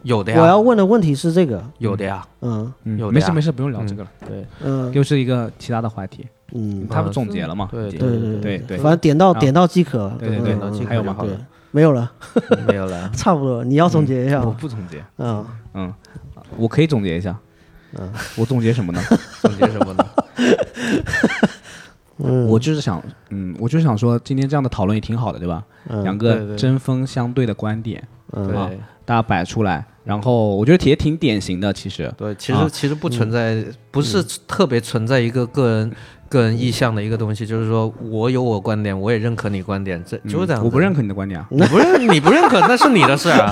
Speaker 2: 有的
Speaker 1: 我要
Speaker 2: 呀，
Speaker 1: 问的问题是这个，
Speaker 2: 有的呀，
Speaker 1: 嗯
Speaker 4: 嗯
Speaker 2: 有的
Speaker 4: 没
Speaker 2: 呀
Speaker 4: 事没事，不用聊这个了，
Speaker 1: 嗯
Speaker 4: 又是一个其他的话题。
Speaker 1: 嗯，
Speaker 4: 他们总结了嘛？嗯
Speaker 2: 对对
Speaker 1: 对对
Speaker 4: 对
Speaker 1: 对
Speaker 4: 对
Speaker 1: 反正点到
Speaker 4: 啊
Speaker 1: 点到即可，
Speaker 4: 对对
Speaker 1: 嗯
Speaker 4: 对
Speaker 1: 嗯
Speaker 4: 到即
Speaker 1: 嗯
Speaker 4: 可还有吗
Speaker 1: 对，没有了，。
Speaker 2: 没有了
Speaker 1: 差不多了，你要总结一下
Speaker 4: 我
Speaker 1: 吗？
Speaker 4: 不总结，
Speaker 1: 嗯，
Speaker 4: 嗯，我可以总结一下。
Speaker 1: 嗯，
Speaker 4: 我总结什么呢？
Speaker 2: 总结什 么呢？
Speaker 4: 我就是想，嗯，我就是想说，今天这样的讨论也挺好的，对吧？
Speaker 1: 嗯
Speaker 4: 两
Speaker 2: 对
Speaker 4: 个
Speaker 2: 对
Speaker 4: 针锋相对的观点，啊
Speaker 2: 对
Speaker 4: 大家摆出来，然后我觉得也挺典型的，其实。
Speaker 2: 对，其实
Speaker 4: 啊嗯
Speaker 2: 其实不存在，不是特别存在一个个人个人意向的一个东西，就是说我有我观点，我也认可你观点，这就是这样。
Speaker 4: 我不认，可你的观点啊。
Speaker 2: 你不认，你不认可那是你的事儿 啊。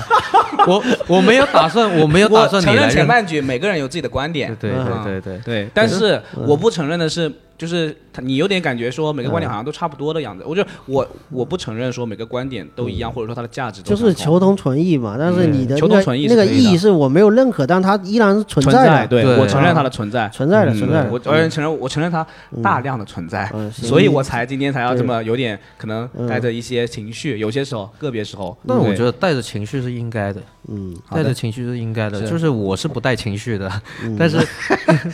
Speaker 2: 我我没有打算，我没有打
Speaker 4: 我
Speaker 2: 算你
Speaker 4: 承认
Speaker 2: 来
Speaker 4: 前
Speaker 2: 认。
Speaker 4: 半句，每个人有自己的观点嗯
Speaker 2: 对。对对对对，
Speaker 4: 对，但是我不承认的是，就是他你有点感觉说每个观点好像都差不多的样子。我就我我不承认说每个观点都
Speaker 2: 嗯
Speaker 4: 一样，或者说它的价值都
Speaker 1: 就是
Speaker 4: 相同
Speaker 1: 求同存异嘛。但是你的
Speaker 4: 求
Speaker 1: 那
Speaker 4: 同
Speaker 1: 个
Speaker 4: 存异是
Speaker 1: 那个
Speaker 4: 可以的
Speaker 1: 意义是我没有认可，但它依然是存
Speaker 4: 存
Speaker 1: 在的，
Speaker 4: 对
Speaker 2: 对
Speaker 4: 我承认它的存在，
Speaker 1: 存在的，
Speaker 4: 嗯
Speaker 1: 存在的。
Speaker 4: 我而且承认，我承认它大量的存在，
Speaker 1: 嗯行
Speaker 4: 所以我才今天才要
Speaker 1: 对
Speaker 4: 这么有点可能
Speaker 1: 嗯
Speaker 4: 带着一些情绪，有些时候个别时候。
Speaker 2: 但我觉
Speaker 4: 得
Speaker 2: 得带着情绪是应该的，
Speaker 1: 嗯，
Speaker 4: 好
Speaker 2: 带
Speaker 4: 的
Speaker 2: 着情绪是应该的。
Speaker 4: 是嗯
Speaker 2: 就是我是不带情绪的，但 是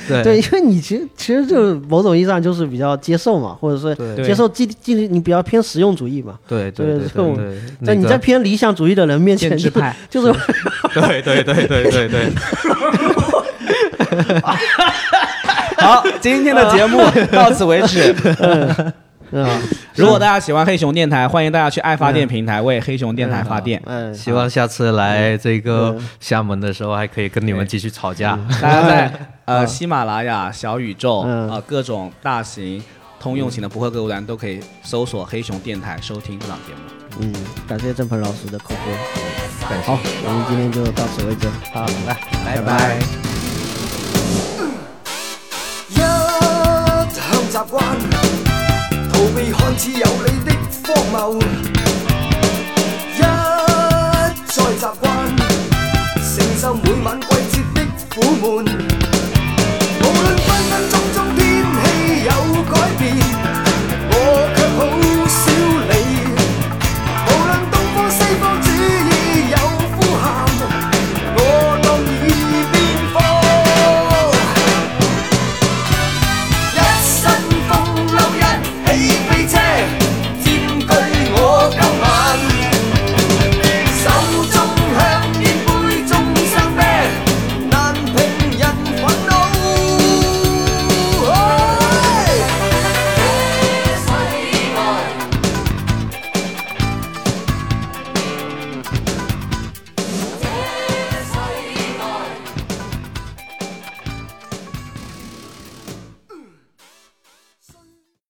Speaker 2: 对
Speaker 1: 对，因为你其实其实就是某种意义上就是比较接受嘛，或者是
Speaker 2: 对
Speaker 4: 对
Speaker 1: 接受既既你比较偏实用主义嘛。
Speaker 2: 对对
Speaker 1: 对
Speaker 2: 对
Speaker 1: 这种
Speaker 2: 对，那
Speaker 1: 在你
Speaker 2: 个
Speaker 1: 在偏理想主义的人面前
Speaker 4: 建制
Speaker 1: 就，
Speaker 4: 派
Speaker 1: 就是
Speaker 2: 对对对对对对，
Speaker 4: 好，今天的节目呃 到此为止。
Speaker 1: 啊，
Speaker 4: 如果大家喜欢黑熊电台，欢迎大家去爱发电平台为黑熊电台发电。
Speaker 1: 哎，
Speaker 2: 希望下次来这个厦门的时候还可以跟你们继续吵架。
Speaker 4: 大家 在呃喜马拉雅、小宇宙
Speaker 1: 嗯
Speaker 4: 啊各种大型通用型的博客客户端都可以搜索黑熊电台收听这档节目。
Speaker 1: 嗯，感谢郑鹏老师的口播，
Speaker 4: 好，
Speaker 1: 我们今天就到此为止。
Speaker 4: 好，来，拜拜。
Speaker 3: 一向習慣逃避看似有理的荒謬。